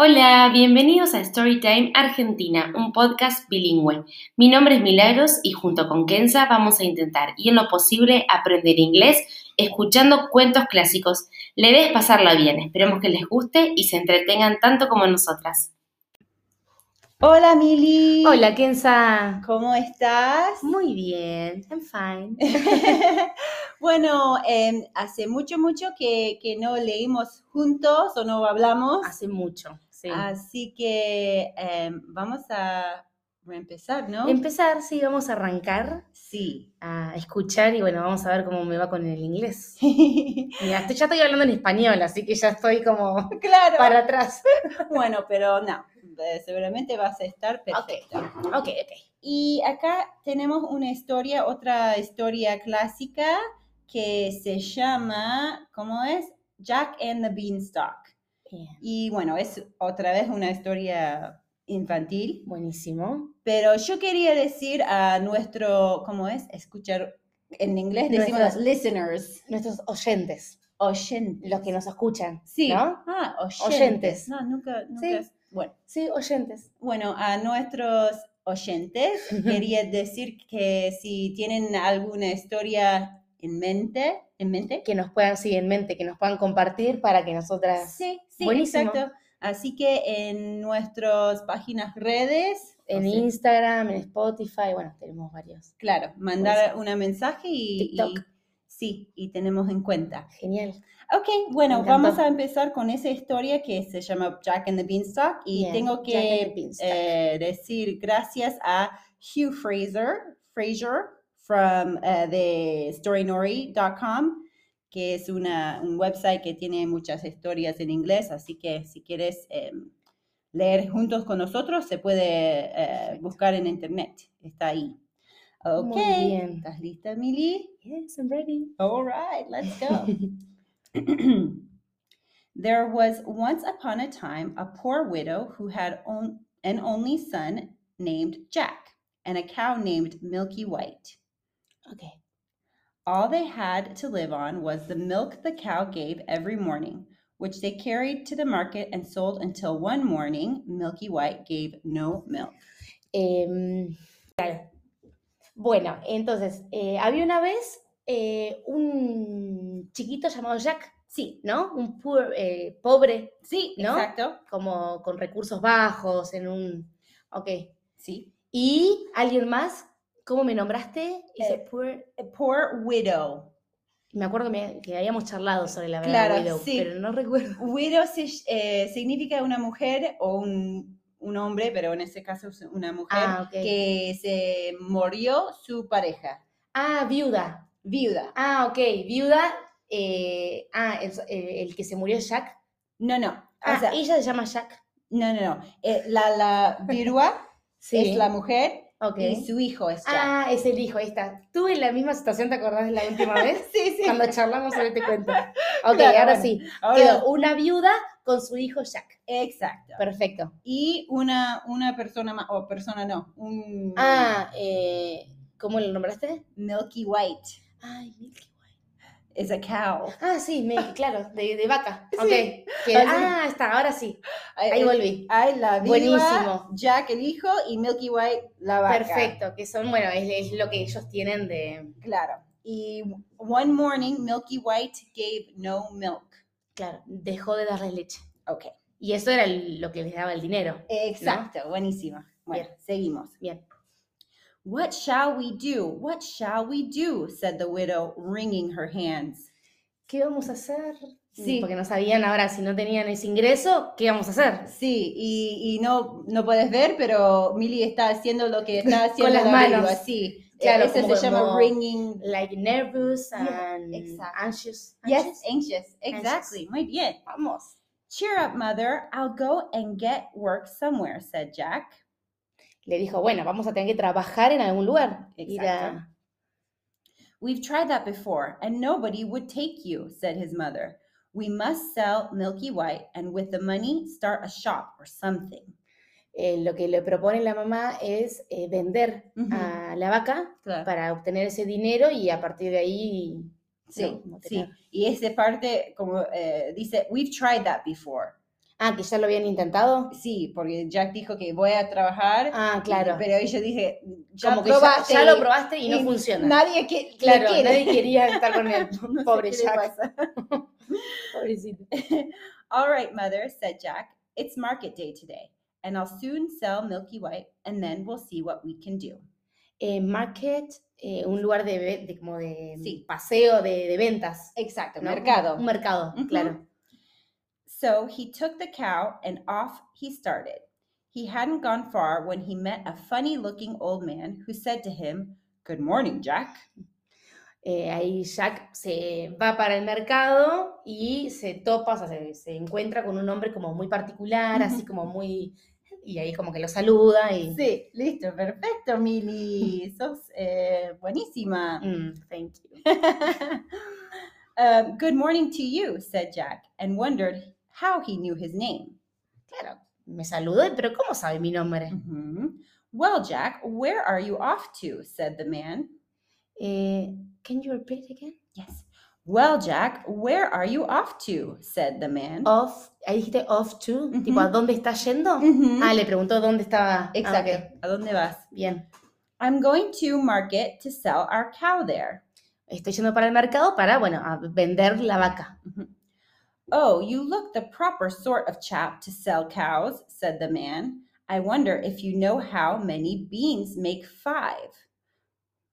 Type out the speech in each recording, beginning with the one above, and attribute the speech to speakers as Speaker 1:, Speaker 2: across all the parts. Speaker 1: Hola, bienvenidos a Storytime Argentina, un podcast bilingüe. Mi nombre es Milagros y junto con Kenza vamos a intentar, y en lo posible, aprender inglés escuchando cuentos clásicos. La idea es pasarla bien, esperemos que les guste y se entretengan tanto como nosotras.
Speaker 2: Hola Mili.
Speaker 1: Hola Kenza.
Speaker 2: ¿Cómo estás?
Speaker 1: Muy bien, I'm fine.
Speaker 2: bueno, eh, hace mucho, mucho que, que no leímos juntos o no hablamos.
Speaker 1: Hace mucho, Ah, sí.
Speaker 2: Así que eh, vamos a empezar, ¿no?
Speaker 1: Empezar, sí, vamos a arrancar
Speaker 2: Sí.
Speaker 1: a escuchar y bueno, vamos a ver cómo me va con el inglés. Mira, estoy- ya estoy hablando en español, así que ya estoy como
Speaker 2: claro.
Speaker 1: para atrás.
Speaker 2: Bueno, pero no, eh, seguramente vas a estar perfecta.
Speaker 1: Ok, ok.
Speaker 2: Y acá tenemos una historia, otra historia clásica que se llama, ¿cómo es? Jack and the Beanstalk.
Speaker 1: Bien,
Speaker 2: Y bueno, es otra vez una historia infantil,
Speaker 1: buenísimo.
Speaker 2: pero yo quería decir a nuestro, ¿cómo es? Escuchar, en inglés decimos
Speaker 1: Nuestros-
Speaker 2: listeners,
Speaker 1: Nuestros oyentes,
Speaker 2: oyentes.
Speaker 1: los que nos escuchan.
Speaker 2: Sí,
Speaker 1: ¿no?
Speaker 2: ah, oyentes.
Speaker 1: Oyentes.
Speaker 2: No, nunca, nunca. Bueno,
Speaker 1: Sí, oyentes.
Speaker 2: bueno, a nuestros oyentes quería decir que si tienen alguna historia en mente, en mente.
Speaker 1: Que nos puedan, sí, en mente, que nos puedan compartir para que nosotras
Speaker 2: Sí, sí,
Speaker 1: Buenísimo.
Speaker 2: exacto. Así que en nuestras páginas redes,
Speaker 1: en
Speaker 2: o sea,
Speaker 1: Instagram, en Spotify, bueno, tenemos varios.
Speaker 2: Claro, mandar una mensaje y,
Speaker 1: TikTok.
Speaker 2: y- sí, y tenemos en cuenta.
Speaker 1: Genial.
Speaker 2: Ok, bueno, vamos
Speaker 1: encantó.
Speaker 2: a empezar con esa historia que se llama Jack and the Beanstalk y
Speaker 1: Bien,
Speaker 2: tengo
Speaker 1: Jack and the
Speaker 2: que
Speaker 1: Beanstalk.
Speaker 2: eh, decir gracias a Hugh Fraser, Fraser from eh, de StoryNori.com, que es una, un website que tiene muchas historias en inglés, así que si quieres em, leer juntos con nosotros, se puede eh,
Speaker 1: Perfecto.
Speaker 2: buscar en internet, está ahí. Ok,
Speaker 1: Muy bien.
Speaker 2: ¿estás lista, Mili?
Speaker 1: Yes, I'm ready.
Speaker 2: All right, let's go. there was once upon a time a poor widow who had on- an only son named Jack and a cow named Milky White.
Speaker 1: Ok.
Speaker 2: All they had to live on was the milk the cow gave every morning, which they carried to the market and sold until one morning Milky White gave no milk.
Speaker 1: Em, claro. Bueno, entonces, eh, había una vez eh, un chiquito llamado Jack,
Speaker 2: Sí,
Speaker 1: ¿no? Un poor, eh, pobre,
Speaker 2: sí,
Speaker 1: ¿No?
Speaker 2: exacto.
Speaker 1: como con recursos bajos, en un... Ok.
Speaker 2: Sí.
Speaker 1: Y alguien más, ¿cómo me nombraste? Is a
Speaker 2: Eh,
Speaker 1: poor-
Speaker 2: A poor widow.
Speaker 1: Me acuerdo me- que habíamos charlado sobre la verdad
Speaker 2: Claro,
Speaker 1: widow,
Speaker 2: sí.
Speaker 1: pero no recuerdo.
Speaker 2: Widow sig- eh, significa una mujer o un, un hombre, pero en este caso es una mujer
Speaker 1: Ah, ok.
Speaker 2: que se murió su pareja,
Speaker 1: Ah, viuda.
Speaker 2: viuda.
Speaker 1: Ah, ok, viuda. eh, ah, el, eh, el que se murió Jack.
Speaker 2: No, no, o
Speaker 1: Ah,
Speaker 2: sea,
Speaker 1: ella se llama Jack.
Speaker 2: no, no, no. Eh, la, la viuda es la mujer
Speaker 1: Ok.
Speaker 2: y su hijo es Jack.
Speaker 1: Ah, es el hijo, ahí está. Tuve la misma situación, ¿te acordás de la última vez?
Speaker 2: sí, sí.
Speaker 1: Cuando charlamos sobre este cuento. Ok,
Speaker 2: Claro,
Speaker 1: ahora
Speaker 2: bueno.
Speaker 1: sí.
Speaker 2: Ahora-
Speaker 1: Quedó una viuda con su hijo Jack.
Speaker 2: exacto.
Speaker 1: Perfecto.
Speaker 2: Y una, una persona más, o persona no, un
Speaker 1: Ah, eh, ¿cómo lo nombraste?
Speaker 2: Milky White.
Speaker 1: Ay, Milky Way.
Speaker 2: Is a cow.
Speaker 1: Ah, sí, Milky, claro, de, de vaca. Ok.
Speaker 2: Sí.
Speaker 1: que-
Speaker 2: Así.
Speaker 1: ah, está, ahora sí.
Speaker 2: Ay,
Speaker 1: Ahí
Speaker 2: eh,
Speaker 1: volví.
Speaker 2: ay, la viuda,
Speaker 1: Buenísimo.
Speaker 2: Jack el hijo y Milky White la vaca.
Speaker 1: Perfecto, que son, bueno, es, es lo que ellos tienen de.
Speaker 2: Claro. Y one morning, Milky White gave no milk.
Speaker 1: Claro, dejó de darles leche.
Speaker 2: Ok.
Speaker 1: Y eso era el- lo que les daba el dinero.
Speaker 2: Exacto. Buenísimo. Bueno,
Speaker 1: Bien.
Speaker 2: seguimos.
Speaker 1: Bien.
Speaker 2: What shall we do? What shall we do? said the widow, wringing her hands.
Speaker 1: ¿Qué vamos a hacer?
Speaker 2: Sí.
Speaker 1: Porque no sabían ahora si no tenían ese ingreso, ¿qué vamos a hacer?
Speaker 2: Sí, y, y no, no puedes ver, pero Millie está haciendo lo que está haciendo
Speaker 1: las
Speaker 2: la
Speaker 1: manos.
Speaker 2: viuda, sí.
Speaker 1: Claro,
Speaker 2: Ese
Speaker 1: como-
Speaker 2: se llama
Speaker 1: como-
Speaker 2: wringing.
Speaker 1: Like nervous
Speaker 2: Yeah,
Speaker 1: and
Speaker 2: exacto.
Speaker 1: anxious.
Speaker 2: Yes,
Speaker 1: anxious.
Speaker 2: anxious. Exactly. Muy bien.
Speaker 1: Vamos.
Speaker 2: Cheer up, mother. I'll go and get work somewhere, said Jack.
Speaker 1: Le dijo, bueno, vamos a tener que trabajar en algún lugar. Ir
Speaker 2: Exacto.
Speaker 1: a-
Speaker 2: We've tried that before, and nobody would take you, said his mother. We must sell Milky White and with the money start a shop or something.
Speaker 1: eh, lo que le propone la mamá es eh, vender
Speaker 3: Mm-hmm.
Speaker 2: Ujú.
Speaker 1: a la vaca
Speaker 3: Ah,
Speaker 1: para obtener ese dinero y a partir de ahí.
Speaker 2: Sí,
Speaker 1: ¿no? Como
Speaker 2: sí.
Speaker 1: tener-
Speaker 2: Y esa parte, como eh, dice, we've tried that before.
Speaker 3: Ah, que ya lo habían intentado.
Speaker 2: Sí, porque Jack dijo que voy a trabajar.
Speaker 3: Ah, claro.
Speaker 2: Pero ahí yo dije, ya,
Speaker 3: Como que ya,
Speaker 2: probaste
Speaker 3: ya
Speaker 2: y
Speaker 3: lo probaste y no funciona.
Speaker 2: Nadie que, le
Speaker 3: claro,
Speaker 2: quiere.
Speaker 3: nadie quería estar con él.
Speaker 2: No sé
Speaker 3: Pobre
Speaker 2: qué le
Speaker 3: Jack.
Speaker 2: pasa.
Speaker 3: Pobrecito.
Speaker 2: All right, mother, said Jack. It's market day today, and I'll soon sell Milky White, and then we'll see what we can do.
Speaker 3: Eh, market, eh, un lugar de, ve- de como de mm,
Speaker 2: Sí.
Speaker 3: paseo, de, de ventas.
Speaker 2: Exacto,
Speaker 3: ¿no? Un
Speaker 2: mercado.
Speaker 3: mercado,
Speaker 2: Ujú.
Speaker 3: claro.
Speaker 2: Mm-hmm. So he took the cow, and off he started. He hadn't gone far when he met a funny looking old man who said to him, Good morning, Jack.
Speaker 3: Eh, ahí Jack se va para el mercado y se topa, o sea, se, se encuentra con un hombre como muy particular, así
Speaker 2: Ujú.
Speaker 3: como muy... Y ahí como que lo saluda y...
Speaker 2: Sí, listo, perfecto, Mili. Sos eh, buenísima.
Speaker 3: Mm, thank you.
Speaker 2: um, Good morning to you, said Jack, and wondered how he knew his name.
Speaker 3: Claro, me saludó, pero ¿cómo sabe mi nombre?
Speaker 2: Mhm. Well, Jack, where are you off to? said the man.
Speaker 3: Eh, can you repeat again?
Speaker 2: Yes. Well, Jack, where are you off to? said the man.
Speaker 3: Off, ahí dijiste off to,
Speaker 2: Ujú.
Speaker 3: tipo, ¿a dónde está yendo?
Speaker 2: Mhm.
Speaker 3: Ah, le preguntó dónde estaba. Ah,
Speaker 2: Exacto.
Speaker 3: ok,
Speaker 2: ¿A dónde vas?
Speaker 3: Bien.
Speaker 2: I'm going to market to sell our cow there.
Speaker 3: Estoy yendo para el mercado para, bueno, a vender la vaca.
Speaker 2: Oh, you look the proper sort of chap to sell cows, said the man. I wonder if you know how many beans make five.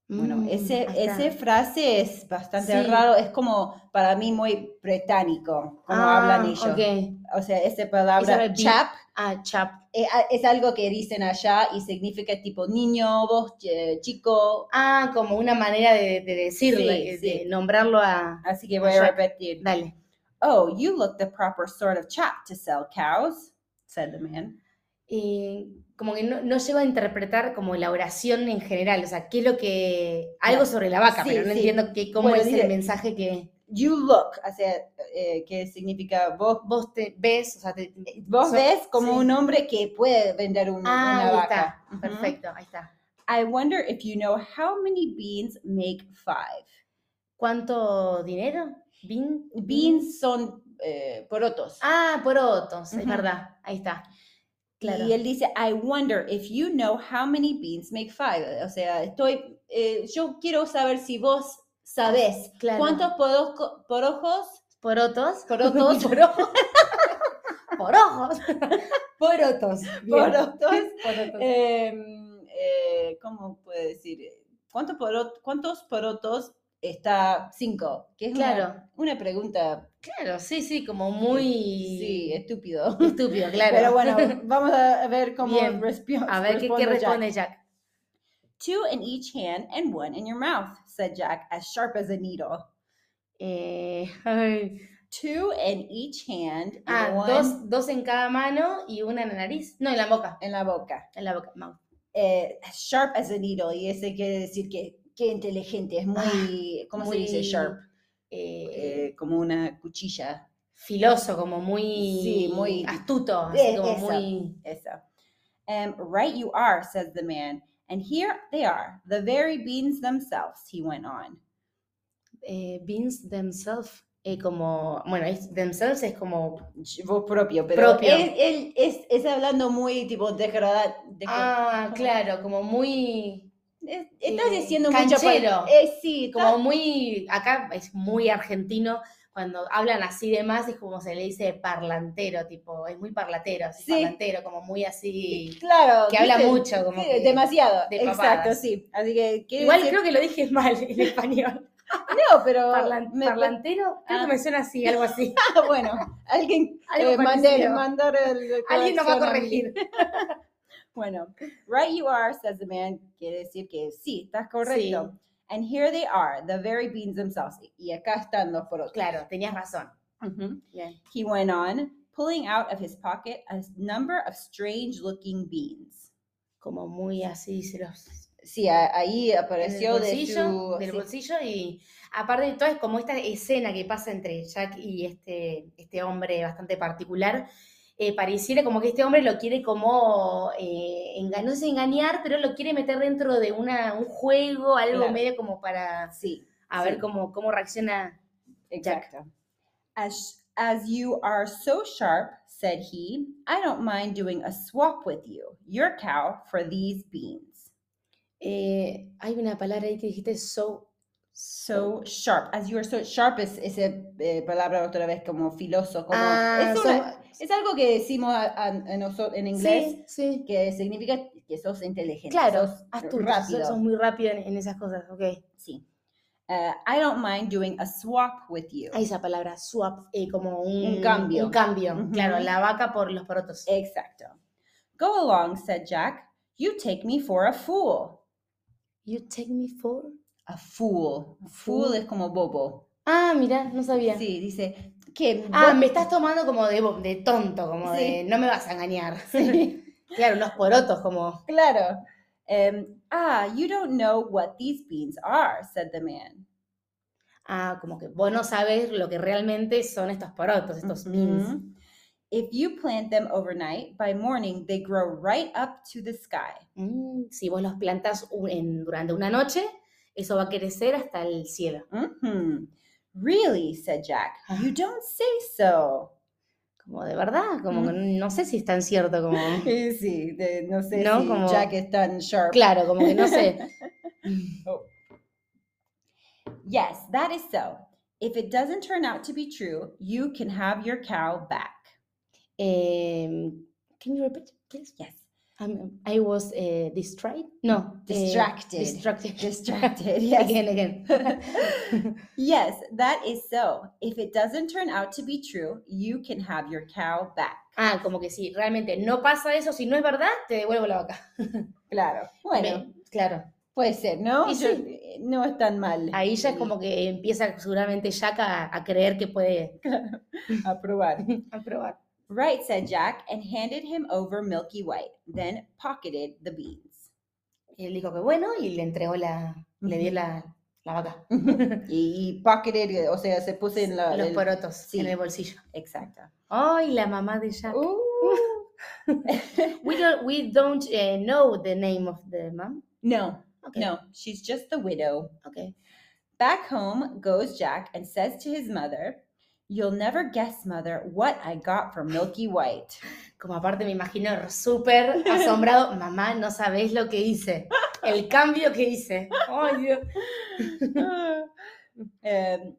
Speaker 2: Bueno,
Speaker 3: Mm,
Speaker 2: ese,
Speaker 3: ahí está.
Speaker 2: ese frase es bastante
Speaker 3: Sí.
Speaker 2: raro, es como para mí muy británico, como hablan
Speaker 3: Ah,
Speaker 2: ellos.
Speaker 3: ok.
Speaker 2: O sea, esa palabra
Speaker 3: Esa es bi-
Speaker 2: chap
Speaker 3: Ah, chap.
Speaker 2: eh, a- es algo que dicen allá y significa tipo niño, vos, eh, chico.
Speaker 3: Ah, como una manera de, de decirle,
Speaker 2: Sí,
Speaker 3: eh,
Speaker 2: sí.
Speaker 3: de nombrarlo a...
Speaker 2: Así que voy a
Speaker 3: Allá.
Speaker 2: repetir.
Speaker 3: Dale.
Speaker 2: Oh, you look the proper sort of chap to sell cows, said the man.
Speaker 3: Eh, como que no, no llego a interpretar como la oración en general, o sea, qué es lo que... Algo
Speaker 2: Claro.
Speaker 3: sobre la vaca,
Speaker 2: Sí,
Speaker 3: pero no
Speaker 2: sí.
Speaker 3: entiendo que, cómo
Speaker 2: Bueno,
Speaker 3: es
Speaker 2: dice-
Speaker 3: el mensaje que
Speaker 2: You look, o sea, eh, que significa vos.
Speaker 3: vos te ves, o sea, te-
Speaker 2: Vos
Speaker 3: so-
Speaker 2: ves como
Speaker 3: sí.
Speaker 2: un hombre que puede vender un,
Speaker 3: Ah,
Speaker 2: una
Speaker 3: ahí
Speaker 2: vaca.
Speaker 3: está,
Speaker 2: Ujú.
Speaker 3: perfecto, ahí está.
Speaker 2: I wonder if you know how many beans make five.
Speaker 3: ¿Cuánto dinero? Bean-
Speaker 2: Beans son eh, porotos.
Speaker 3: Ah, porotos, es
Speaker 2: Ujú.
Speaker 3: verdad. Ahí está. Claro.
Speaker 2: Y él dice, I wonder if you know how many beans make five. O sea, estoy, eh, yo quiero saber si vos sabés
Speaker 3: Claro.
Speaker 2: cuántos poroco- porojos,
Speaker 3: Porotos.
Speaker 2: Porotos.
Speaker 3: Poro- Porojos. Porotos. bien. Eh,
Speaker 2: porotos,
Speaker 3: Porotos.
Speaker 2: em, eh, ¿cómo puede decir? ¿Cuántos porotos, cuántos porotos está cinco? Que es una-
Speaker 3: Claro.
Speaker 2: una, pregunta,
Speaker 3: Claro, sí, sí, como muy
Speaker 2: sí, estúpido.
Speaker 3: estúpido, claro.
Speaker 2: Pero bueno, vamos a ver cómo
Speaker 3: Bien.
Speaker 2: respi-
Speaker 3: A ver qué, qué
Speaker 2: responde Jack.
Speaker 3: responde Jack.
Speaker 2: Two in each hand and one in your mouth, said Jack, as sharp as a needle.
Speaker 3: Eh, ay.
Speaker 2: Two in each hand and
Speaker 3: Ah,
Speaker 2: one
Speaker 3: dos, dos en cada mano y una en la nariz. No, en la boca.
Speaker 2: en la boca.
Speaker 3: En la boca. mouth.
Speaker 2: Eh, as sharp as a needle, y ese quiere decir que, que inteligente, es Ah, muy, ¿cómo se dice
Speaker 3: muy,
Speaker 2: sharp?
Speaker 3: eh,
Speaker 2: Eh, como una cuchilla,
Speaker 3: filoso, como muy,
Speaker 2: Sí, muy-
Speaker 3: astuto, así
Speaker 2: Eh,
Speaker 3: como
Speaker 2: eso.
Speaker 3: muy...
Speaker 2: eso. Um, right you are, says the man. And here they are, the very beans themselves, he went on.
Speaker 3: eh, beans themselves, eh, como, bueno, es- themselves es como,
Speaker 2: Vos propio, pero
Speaker 3: Propio.
Speaker 2: él, él es, es hablando muy tipo degrada- de-
Speaker 3: ah, claro, como muy,
Speaker 2: es- estás
Speaker 3: eh,
Speaker 2: diciendo mucho.
Speaker 3: canchero.
Speaker 2: pa- Eh, sí,
Speaker 3: como
Speaker 2: como
Speaker 3: muy, acá es muy argentino, cuando hablan así de más es como se le dice parlantero, tipo, es muy parlatero, así,
Speaker 2: Sí.
Speaker 3: parlantero, como muy así...
Speaker 2: claro,
Speaker 3: que habla
Speaker 2: ¿viste?
Speaker 3: mucho, como
Speaker 2: Sí,
Speaker 3: que-
Speaker 2: demasiado,
Speaker 3: de
Speaker 2: exacto,
Speaker 3: papadas.
Speaker 2: sí. Así que quiere
Speaker 3: Igual
Speaker 2: decir-
Speaker 3: creo que lo dije mal en español.
Speaker 2: No, pero.
Speaker 3: Parlan-
Speaker 2: me-
Speaker 3: parlantero, creo
Speaker 2: Ah.
Speaker 3: que me suena así, algo así.
Speaker 2: Ah, bueno, alguien
Speaker 3: Algo
Speaker 2: eh, mande,
Speaker 3: parecido.
Speaker 2: mandar el.
Speaker 3: Alguien nos va a
Speaker 2: corrección mí.
Speaker 3: corregir.
Speaker 2: Bueno, right you are, says the man, quiere decir que sí, estás correcto. And here they are, the very beans themselves. Y acá están los porotos.
Speaker 3: Claro, tenías razón.
Speaker 2: Ujú.
Speaker 3: Bien.
Speaker 2: He went on, pulling out of his pocket a number of strange looking beans.
Speaker 3: Como muy así, se los...
Speaker 2: Sí, a- ahí
Speaker 3: en el
Speaker 2: apareció de
Speaker 3: bolsillo,
Speaker 2: su.
Speaker 3: del
Speaker 2: sí.
Speaker 3: bolsillo y aparte de todo es como esta escena que pasa entre Jack y este, este hombre bastante particular, eh, pareciera como que este hombre lo quiere como, eh, enga- no sé, engañar, pero lo quiere meter dentro de una, un juego, algo
Speaker 2: Claro.
Speaker 3: medio como para
Speaker 2: Sí,
Speaker 3: a
Speaker 2: Sí.
Speaker 3: ver cómo, cómo reacciona.
Speaker 2: exacto. As, As you are so sharp, said he, I don't mind doing a swap with you, your cow, for these beans.
Speaker 3: Eh, hay una palabra ahí que dijiste so.
Speaker 2: So sharp. As you are so sharp es esa palabra otra vez como filoso. Como,
Speaker 3: Ah,
Speaker 2: es,
Speaker 3: so-
Speaker 2: una- es algo que decimos a- a- a noso- en inglés
Speaker 3: Sí, sí.
Speaker 2: que significa que sos inteligente.
Speaker 3: Claro,
Speaker 2: sos
Speaker 3: astuto,
Speaker 2: rápido.
Speaker 3: Sos, sos muy rápido en, en esas cosas, ok.
Speaker 2: Sí. Eh, I don't mind doing a swap with you.
Speaker 3: Hay esa palabra, swap, eh, como un,
Speaker 2: Un cambio.
Speaker 3: Un cambio,
Speaker 2: Ujú. Eh,
Speaker 3: claro, la vaca por los porotos.
Speaker 2: Exacto. Go along, said Jack. You take me for a fool.
Speaker 3: You take me for...
Speaker 2: A fool.
Speaker 3: fool.
Speaker 2: Fool es como bobo.
Speaker 3: Ah, mira, no sabía.
Speaker 2: Sí, dice que
Speaker 3: Ah,
Speaker 2: bo-
Speaker 3: me estás tomando como de, bo- de tonto, como
Speaker 2: Sí.
Speaker 3: de no me vas a engañar. claro, unos porotos como...
Speaker 2: claro. Em, ah, you don't know what these beans are, said the man.
Speaker 3: Ah, como que vos no sabés lo que realmente son estos porotos, estos beans.
Speaker 2: Mhm. If you plant them overnight, by morning they grow right up to the sky.
Speaker 3: Mm, si vos los plantas u- en- durante una noche, eso va a crecer hasta el cielo.
Speaker 2: Mhm. Really, said Jack. You don't say so.
Speaker 3: Como de verdad, como
Speaker 2: Mm.
Speaker 3: que no sé si es tan cierto como...
Speaker 2: Eh, Sí, de- no sé
Speaker 3: No,
Speaker 2: si
Speaker 3: como-
Speaker 2: Jack es tan sharp.
Speaker 3: Claro, como que no sé.
Speaker 2: Yes, that is so. If it doesn't turn out to be true, you can have your cow back.
Speaker 3: Em, can you repeat, please?
Speaker 2: Yes.
Speaker 3: I'm- I was eh, distracted. No. eh,
Speaker 2: Distracted.
Speaker 3: distracted.
Speaker 2: Distracted, yes.
Speaker 3: Again, again.
Speaker 2: Yes, that is so. If it doesn't turn out to be true, you can have your cow back.
Speaker 3: ah, como que si realmente no pasa eso, si no es verdad, te devuelvo la vaca.
Speaker 2: Claro. Bueno,
Speaker 3: Me- claro.
Speaker 2: puede ser, ¿no?
Speaker 3: Y
Speaker 2: Yo-
Speaker 3: sí.
Speaker 2: eh, no es tan mal. eh,
Speaker 3: Ahí ya es
Speaker 2: el-
Speaker 3: como que empieza seguramente Jack a, a creer que puede
Speaker 2: a probar.
Speaker 3: aprobar.
Speaker 2: Right, said Jack, and handed him over Milky White, then pocketed the beans.
Speaker 3: Y él dijo que bueno y le entregó la, le dio
Speaker 2: Ujú.
Speaker 3: la, la vaca.
Speaker 2: y, y pocketed, eh, o sea, se puso en la...
Speaker 3: Los
Speaker 2: el-
Speaker 3: porotos en
Speaker 2: sí.
Speaker 3: el bolsillo.
Speaker 2: Exacto. Uh,
Speaker 3: Ay, la mamá de Jack.
Speaker 2: Ooh.
Speaker 3: We don't, we don't eh, know the name of the mom.
Speaker 2: no,
Speaker 3: Okay.
Speaker 2: no, she's just the widow.
Speaker 3: Okay.
Speaker 2: Back home goes Jack and says to his mother, You'll never guess, mother, what I got for Milky White.
Speaker 3: Como aparte me imagino súper asombrado, mamá, no sabés lo que hice, el cambio que hice. Ay, Dios.
Speaker 2: Um,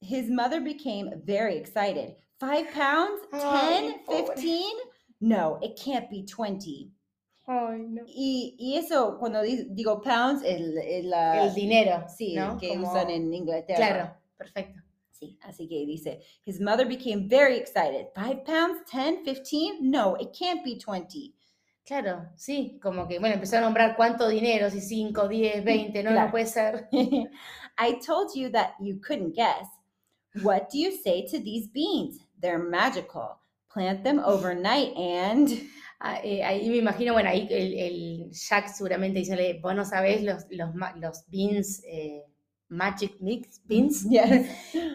Speaker 2: his mother became very excited. Five pounds?
Speaker 3: Ay,
Speaker 2: Ten?
Speaker 3: pobre.
Speaker 2: Fifteen? No, it can't be twenty.
Speaker 3: Ay, no.
Speaker 2: Y, y eso, cuando di- digo pounds, el, el, la-
Speaker 3: El dinero,
Speaker 2: sí,
Speaker 3: ¿no?
Speaker 2: que
Speaker 3: Como-
Speaker 2: usan en Inglaterra.
Speaker 3: Claro, perfecto.
Speaker 2: Sí, así que dice, his mother became very excited. Five pounds, ten, fifteen? No, it can't be twenty.
Speaker 3: Claro, sí, como que, bueno, empezó a nombrar cuánto dinero, si 5, 10, 20, no, no
Speaker 2: Claro.
Speaker 3: puede ser.
Speaker 2: I told you that you couldn't guess. What do you say to these beans? They're magical. Plant them overnight and
Speaker 3: Ah, eh, ahí me imagino, bueno, ahí el, el Jack seguramente dice, vos no sabés los, los, ma- los beans, eh, Magic Mix, beans.
Speaker 2: yes,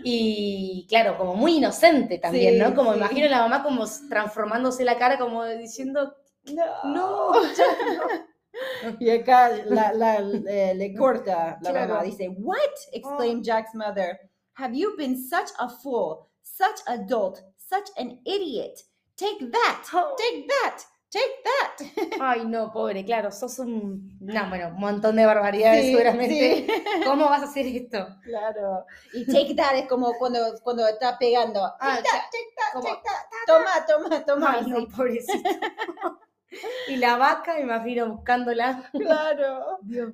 Speaker 3: Y claro, como muy inocente también,
Speaker 2: Sí,
Speaker 3: ¿no? Como
Speaker 2: sí.
Speaker 3: imagino la mamá como s- transformándose la cara, como diciendo,
Speaker 2: no,
Speaker 3: no,
Speaker 2: Y acá la, la, eh, le corta la
Speaker 3: Claro.
Speaker 2: mamá. Oh. Dice, what? exclaimed Jack's mother. Have you been such a fool, such a dolt, such an idiot? Take that,
Speaker 3: Oh.
Speaker 2: take that, take that.
Speaker 3: ay no, pobre, claro, sos un, no, bueno, un montón de barbaridades
Speaker 2: Sí,
Speaker 3: seguramente.
Speaker 2: sí.
Speaker 3: ¿Cómo vas a hacer esto?
Speaker 2: Claro. Y take that es como cuando, cuando está pegando.
Speaker 3: Ah,
Speaker 2: Take that,
Speaker 3: ya,
Speaker 2: take that,
Speaker 3: como-
Speaker 2: take that. Toma, toma, toma.
Speaker 3: Ay, no,
Speaker 2: Sí,
Speaker 3: pobrecito. Y la vaca, me imagino, buscándola.
Speaker 2: Claro.
Speaker 3: Dios.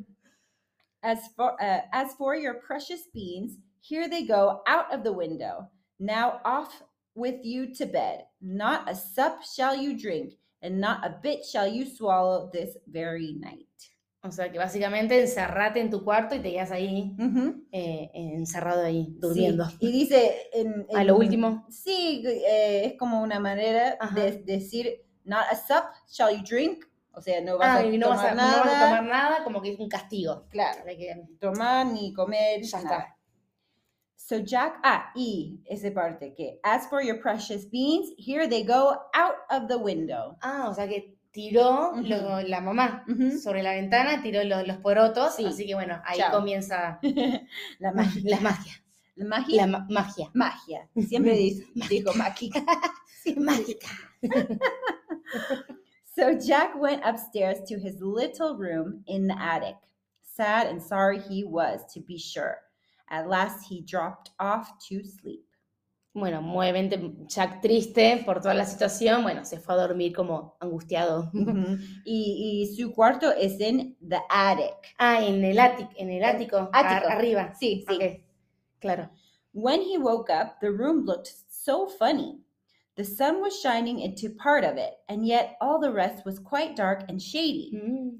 Speaker 2: As for, uh, as for your precious beans, here they go out of the window. Now off with you to bed. Not a sup shall you drink, and not a bit shall you swallow this very night.
Speaker 3: O sea que básicamente encerrate en tu cuarto y te quedas ahí,
Speaker 2: Ujú.
Speaker 3: eh, encerrado ahí,
Speaker 2: Sí,
Speaker 3: durmiendo.
Speaker 2: Y dice en,
Speaker 3: A lo
Speaker 2: en-
Speaker 3: último.
Speaker 2: Sí, eh, es como una manera
Speaker 3: Ajá.
Speaker 2: de decir, not a sup, shall you drink? O sea, no vas,
Speaker 3: Ah,
Speaker 2: a,
Speaker 3: y no
Speaker 2: tomar
Speaker 3: vas, a, no
Speaker 2: nada,
Speaker 3: vas a tomar nada, como que es un castigo.
Speaker 2: Claro,
Speaker 3: De que-
Speaker 2: tomar ni comer,
Speaker 3: Ya
Speaker 2: nada. So Jack, ah, y esa parte que, as for your precious beans, here they go out of the window.
Speaker 3: Ah, o sea que tiró
Speaker 2: Ujú.
Speaker 3: lo- la mamá
Speaker 2: Ujú.
Speaker 3: sobre la ventana, tiró lo- los porotos,
Speaker 2: Sí.
Speaker 3: así que bueno, ahí
Speaker 2: Chao.
Speaker 3: comienza
Speaker 2: La magia.
Speaker 3: la magia.
Speaker 2: Magia.
Speaker 3: La ma- magia.
Speaker 2: magia. Siempre dis- dijo magia.
Speaker 3: mágica.
Speaker 2: So Jack went upstairs to his little room in the attic. Sad and sorry he was, to be sure. At last he dropped off to sleep.
Speaker 3: Bueno, obviamente Jack triste por toda la situación, bueno, se fue a dormir como angustiado.
Speaker 2: y, y su cuarto es en the attic.
Speaker 3: Ah, en el ático, en el ático, ar-
Speaker 2: Ático.
Speaker 3: arriba.
Speaker 2: Sí, sí.
Speaker 3: Ok, Claro.
Speaker 2: When he woke up, the room looked so funny. The sun was shining into part of it, and yet all the rest was quite dark and shady.
Speaker 3: Mm.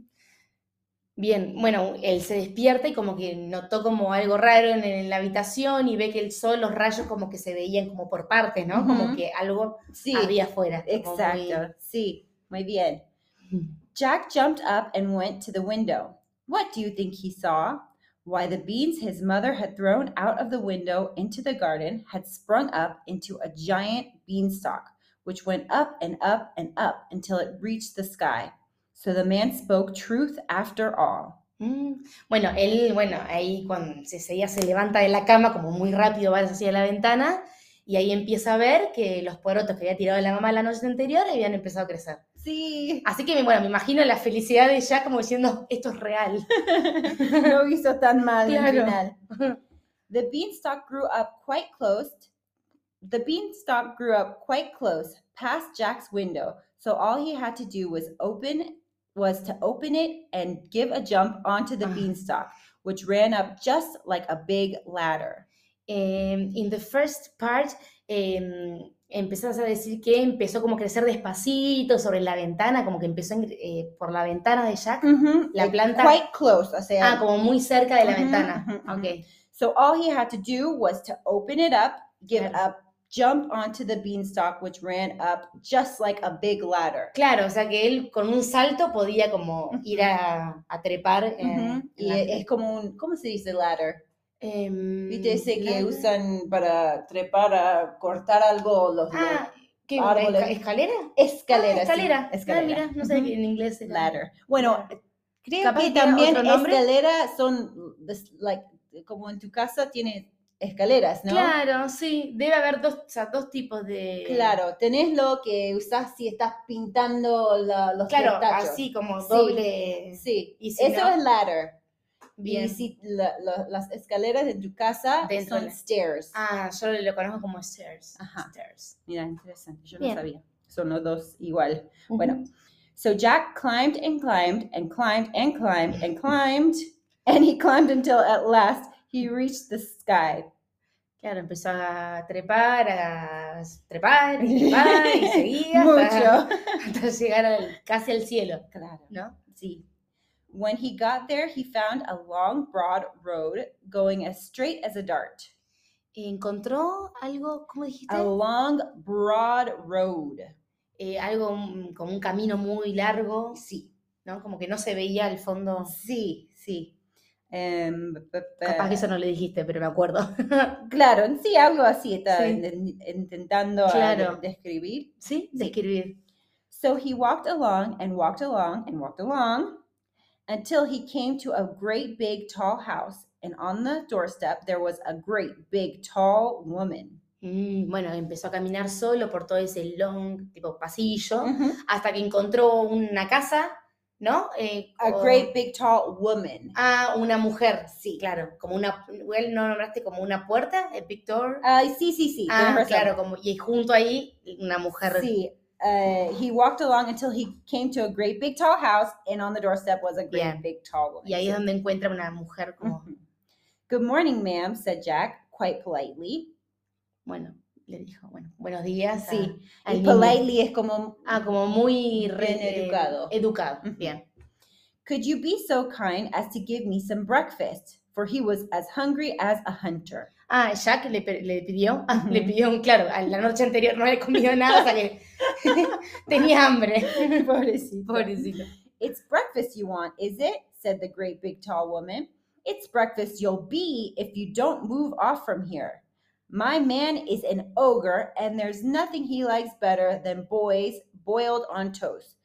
Speaker 3: Bien, bueno, él se despierta y como que notó como algo raro en, en la habitación y ve que el sol, los rayos como que se veían como por partes, ¿no? Como
Speaker 2: Ujú.
Speaker 3: que algo
Speaker 2: Sí,
Speaker 3: había afuera. como muy-
Speaker 2: exacto. Sí, muy bien. Jack jumped up and went to the window. What do you think he saw? Why, the beans his mother had thrown out of the window into the garden had sprung up into a giant beanstalk, which went up and up and up until it reached the sky. So the man spoke truth after all.
Speaker 3: Mm. Bueno, él, bueno, ahí cuando se, se- ella se levanta de la cama, como muy rápido va hacia la ventana, y ahí empieza a ver que los porotos que había tirado la mamá la noche anterior habían empezado a crecer.
Speaker 2: Sí,
Speaker 3: Así que, bueno, me imagino la felicidad de ella como diciendo, esto es real.
Speaker 2: no hizo tan mal al
Speaker 3: Claro.
Speaker 2: final. The beanstalk grew up quite close. The beanstalk grew up quite close, past Jack's window. So all he had to do was open was to open it and give a jump onto the
Speaker 3: Ah.
Speaker 2: beanstalk, which ran up just like a big ladder.
Speaker 3: Em, in the first part, em, empezás a decir que empezó como a crecer despacito sobre la ventana, como que empezó en- eh, por la ventana de Jack. Mm-hmm. La
Speaker 2: Like,
Speaker 3: planta-
Speaker 2: quite close. O sea,
Speaker 3: Ah, como muy cerca de la
Speaker 2: Ujú,
Speaker 3: ventana.
Speaker 2: ujú,
Speaker 3: Ok.
Speaker 2: So all he had to do was to open it up, give
Speaker 3: Claro.
Speaker 2: up, jump onto the beanstalk, which ran up just like a big ladder.
Speaker 3: Claro, o sea que él con un salto podía como ir a, a trepar. eh,
Speaker 2: Ujú.
Speaker 3: en
Speaker 2: Y
Speaker 3: la-
Speaker 2: e- es como un, ¿cómo se dice ladder?
Speaker 3: em,
Speaker 2: Viste ese que
Speaker 3: la-
Speaker 2: usan para trepar, a cortar algo, los los-
Speaker 3: Ah, ¿qué? ¿Una
Speaker 2: árboles.
Speaker 3: esca- ¿Escalera?
Speaker 2: escalera. sí,
Speaker 3: Ah, escalera. Ah,
Speaker 2: escalera.
Speaker 3: mira, no sé en inglés.
Speaker 2: Ujú.
Speaker 3: era.
Speaker 2: Ladder. Bueno, creo
Speaker 3: Capaz
Speaker 2: que
Speaker 3: tiene
Speaker 2: también
Speaker 3: otro nombre.
Speaker 2: escalera son, this- like, como en tu casa tiene escaleras, ¿no?
Speaker 3: Claro, sí, debe haber dos, o sea, dos tipos de...
Speaker 2: Claro, tenés lo que usás si estás pintando la- los
Speaker 3: Claro,
Speaker 2: testachos.
Speaker 3: así como
Speaker 2: Sí.
Speaker 3: doble.
Speaker 2: Sí,
Speaker 3: Y si
Speaker 2: eso
Speaker 3: no,
Speaker 2: es ladder.
Speaker 3: bien.
Speaker 2: Y si la- la- las escaleras de tu casa
Speaker 3: Dentro
Speaker 2: son
Speaker 3: de-
Speaker 2: stairs.
Speaker 3: Ah, yo lo conozco como stairs.
Speaker 2: Ajá.
Speaker 3: stairs.
Speaker 2: Mira, interesante. Yo
Speaker 3: Bien.
Speaker 2: no sabía. Son los dos igual. Bueno, so Jack climbed and climbed and climbed and climbed and climbed and he climbed until at last he reached the sky.
Speaker 3: Claro, empezó a trepar, a trepar y trepar y seguía hasta,
Speaker 2: Mucho.
Speaker 3: hasta llegar al- casi al cielo,
Speaker 2: Claro.
Speaker 3: ¿no?
Speaker 2: Sí. When he got there, he found a long, broad road going as straight as a dart.
Speaker 3: Encontró algo, ¿cómo dijiste?
Speaker 2: A long, broad road.
Speaker 3: Eh, algo mm, como un camino muy largo,
Speaker 2: Sí,
Speaker 3: ¿no? Como que no se veía al fondo.
Speaker 2: sí, sí. Em, pa- pa-
Speaker 3: Capaz que eso no le dijiste, pero me acuerdo.
Speaker 2: Claro, en sí, algo así está
Speaker 3: Sí.
Speaker 2: in- intentando eh,
Speaker 3: Claro.
Speaker 2: de- describir.
Speaker 3: ¿Sí? Describir.
Speaker 2: So he walked along and walked along and walked along until he came to a great big tall house. And on the doorstep, there was a great big tall woman.
Speaker 3: Mm, bueno, empezó a caminar solo por todo ese long, tipo, pasillo.
Speaker 2: Mhm.
Speaker 3: hasta que encontró una casa, ¿no? Eh,
Speaker 2: A
Speaker 3: con-
Speaker 2: great big tall woman.
Speaker 3: Ah, una mujer, sí, claro, como una, él no nombraste como una puerta, el Victor.
Speaker 2: Ay, sí, sí, sí.
Speaker 3: Ah,
Speaker 2: tienes razón.
Speaker 3: claro, como, y junto ahí una mujer.
Speaker 2: Sí. Uh, he walked along until he came to a great big tall house, and on the doorstep was a great
Speaker 3: Bien.
Speaker 2: big tall woman.
Speaker 3: Y ahí es donde encuentra una mujer como,
Speaker 2: Mhm. Good morning, ma'am, said Jack, quite politely.
Speaker 3: bueno, le dijo, bueno, buenos días. a-
Speaker 2: Sí,
Speaker 3: al
Speaker 2: y
Speaker 3: niño.
Speaker 2: politely es como,
Speaker 3: Ah, como muy re-
Speaker 2: Bien
Speaker 3: eh,
Speaker 2: educado.
Speaker 3: educado,
Speaker 2: Ujú.
Speaker 3: bien.
Speaker 2: could you be so kind as to give me some breakfast? For he was as hungry as a hunter.
Speaker 3: Ah, Jack le, pe- le pidió, ah, le
Speaker 2: Ujú.
Speaker 3: pidió, un- claro, a la noche anterior no había comido nada, o sea que tenía hambre.
Speaker 2: Pobrecito.
Speaker 3: Pobrecito.
Speaker 2: It's breakfast you want, is it? said the great big tall woman. It's breakfast you'll be if you don't move off from here. My man is an ogre, and there's nothing he likes better than boys boiled on toast.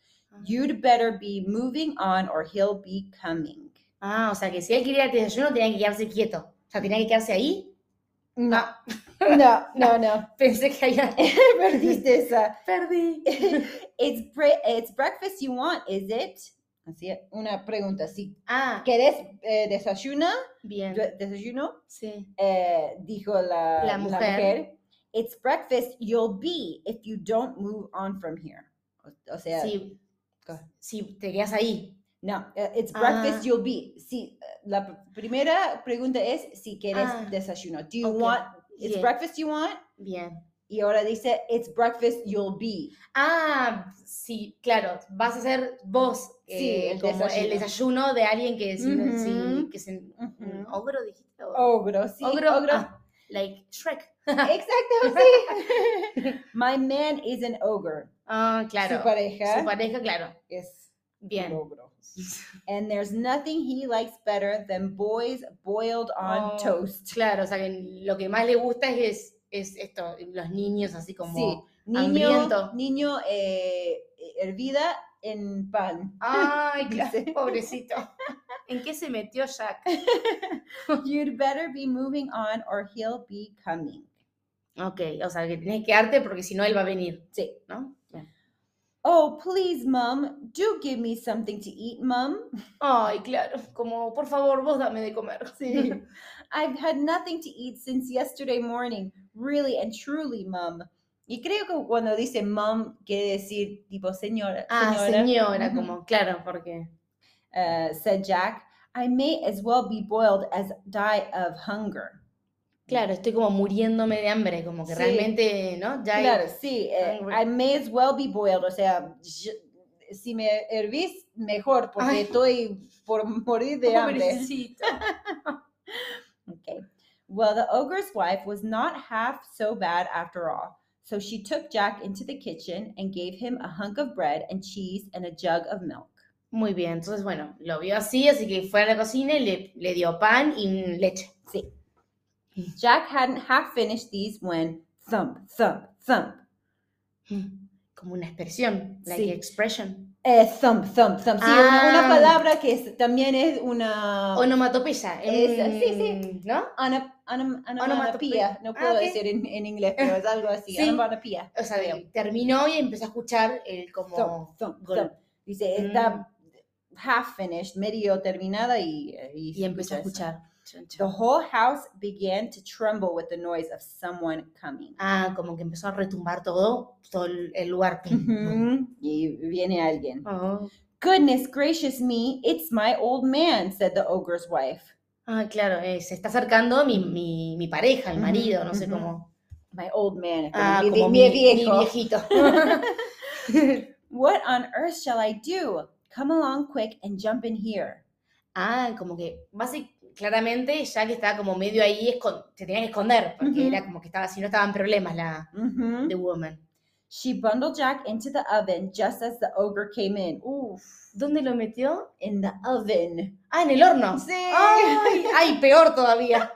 Speaker 2: You'd better be moving on, or he'll be coming.
Speaker 3: Ah, o sea que si él quería el desayuno tenía que quedarse quieto. O sea, tenía que quedarse ahí
Speaker 2: No, no, no, no.
Speaker 3: Pensé que había...
Speaker 2: Perdiste esa.
Speaker 3: Perdí.
Speaker 2: It's, bre- it's breakfast you want, is it? Así es, una pregunta así.
Speaker 3: Ah,
Speaker 2: ¿Querés eh, desayuno?
Speaker 3: bien.
Speaker 2: Re- Desayuno,
Speaker 3: Sí.
Speaker 2: eh, dijo la,
Speaker 3: La mujer.
Speaker 2: It's breakfast you'll be if you don't move on from here. O, o sea,
Speaker 3: Sí.
Speaker 2: Go.
Speaker 3: Sí, te quedas ahí.
Speaker 2: no, eh, it's breakfast
Speaker 3: Ah.
Speaker 2: you'll be. Sí, eh, la pr- primera pregunta es si querés
Speaker 3: Ah.
Speaker 2: desayuno. Do you
Speaker 3: Ok.
Speaker 2: want, it's
Speaker 3: Bien,
Speaker 2: breakfast you want?
Speaker 3: Bien.
Speaker 2: Y ahora dice, it's breakfast you'll be.
Speaker 3: Ah, sí, claro. Vas a ser vos
Speaker 2: Sí,
Speaker 3: eh,
Speaker 2: el
Speaker 3: como el
Speaker 2: desayuno.
Speaker 3: desayuno de alguien que es,
Speaker 2: Ujú.
Speaker 3: sí, que es un
Speaker 2: Ujú. Oh.
Speaker 3: ogro, dijiste. o-
Speaker 2: Ogro, sí,
Speaker 3: Mm-hmm. ogro.
Speaker 2: ogro.
Speaker 3: ah, like Shrek.
Speaker 2: Exacto, sí. My man is an ogre.
Speaker 3: Ah, claro.
Speaker 2: Su
Speaker 3: Su
Speaker 2: pareja
Speaker 3: pareja, claro.
Speaker 2: es
Speaker 3: Bien.
Speaker 2: un ogro. And there's nothing he likes better than boys boiled on
Speaker 3: Oh,
Speaker 2: toast.
Speaker 3: Claro, o sea, que lo que más le gusta es, es esto, los niños así como...
Speaker 2: sí, niño,
Speaker 3: hambriento.
Speaker 2: niño eh, hervida en pan.
Speaker 3: Ay, claro,
Speaker 2: Dice.
Speaker 3: pobrecito. ¿En qué se metió Jack?
Speaker 2: You'd better be moving on or he'll be coming.
Speaker 3: Ok, o sea, que tenés que darte porque si no él va a venir,
Speaker 2: Sí.
Speaker 3: ¿no?
Speaker 2: Oh, please, mom, do give me something to eat, mom.
Speaker 3: Ay, claro, como por favor vos dame de comer.
Speaker 2: Sí. I've had nothing to eat since yesterday morning. Really and truly, mom. Y creo que cuando dice mom quiere decir tipo señora.
Speaker 3: Ah, señora,
Speaker 2: Ujú.
Speaker 3: como, claro, porque...
Speaker 2: uh, said Jack. I may as well be boiled as die of hunger.
Speaker 3: Claro, estoy como muriéndome de hambre, como que
Speaker 2: Sí.
Speaker 3: realmente, ¿no? Ya
Speaker 2: Claro, sí. eh,
Speaker 3: Hungry.
Speaker 2: I may as well be boiled. O sea, y- si me hervís, mejor, porque
Speaker 3: Ay.
Speaker 2: estoy por morir de hambre.
Speaker 3: Pobrecito.
Speaker 2: Okay. Well, the ogre's wife was not half so bad after all. So she took Jack into the kitchen and gave him a hunk of bread and cheese and a jug of milk.
Speaker 3: Muy bien, entonces bueno, lo vio así, así que fue a la cocina y le, le dio pan y mm, leche.
Speaker 2: Jack hadn't half finished these when thump, thump, thump.
Speaker 3: Mm, Como una expresión, like
Speaker 2: Sí.
Speaker 3: expression.
Speaker 2: Eh, thump, thump, thump. Sí, una, una
Speaker 3: Ah.
Speaker 2: palabra que es- también es una
Speaker 3: Onomatopeya.
Speaker 2: Esa, Ah. sí,
Speaker 3: sí. ¿No?
Speaker 2: ana- ana-
Speaker 3: Onomatopeya.
Speaker 2: onomatopeya. No
Speaker 3: Ah,
Speaker 2: puedo
Speaker 3: ok.
Speaker 2: decir en, en inglés, pero es algo así.
Speaker 3: Sí.
Speaker 2: Onomatopeya.
Speaker 3: O sea,
Speaker 2: Creo.
Speaker 3: terminó y empezó a escuchar el como...
Speaker 2: Thump, thump,
Speaker 3: gol- Mm.
Speaker 2: thump. Dice, está half finished, medio terminada y, eh, y,
Speaker 3: Y empezó a
Speaker 2: escucha eso.
Speaker 3: escuchar. Chon,
Speaker 2: The
Speaker 3: chon.
Speaker 2: whole house began to tremble with the noise of someone coming.
Speaker 3: Ah, como que empezó a retumbar todo, todo el el lugar. Pum, pum.
Speaker 2: Ujú. Y viene alguien.
Speaker 3: Oh.
Speaker 2: Goodness gracious me, it's my old man, said the ogre's wife.
Speaker 3: Ah, claro, eh, se está acercando mi, mi, mi pareja, mi
Speaker 2: Ujú,
Speaker 3: marido, no sé
Speaker 2: ujú.
Speaker 3: cómo.
Speaker 2: My old man, como
Speaker 3: Ah,
Speaker 2: mi,
Speaker 3: como
Speaker 2: mi
Speaker 3: mi,
Speaker 2: viejo.
Speaker 3: mi viejito.
Speaker 2: What on earth shall I do? Come along quick and jump in here.
Speaker 3: Ah, como que básicamente, claramente ya que estaba como medio ahí, escon- se tenía que esconder, porque
Speaker 2: Ujú.
Speaker 3: era como que estaba, si no estaban problemas la
Speaker 2: Mhm.
Speaker 3: The Woman.
Speaker 2: She bundled Jack into the oven just as the ogre came in. Oof.
Speaker 3: ¿Dónde lo metió?
Speaker 2: In the oven. Oh.
Speaker 3: Ah, en el horno.
Speaker 2: Sí.
Speaker 3: Ay, ay, peor todavía.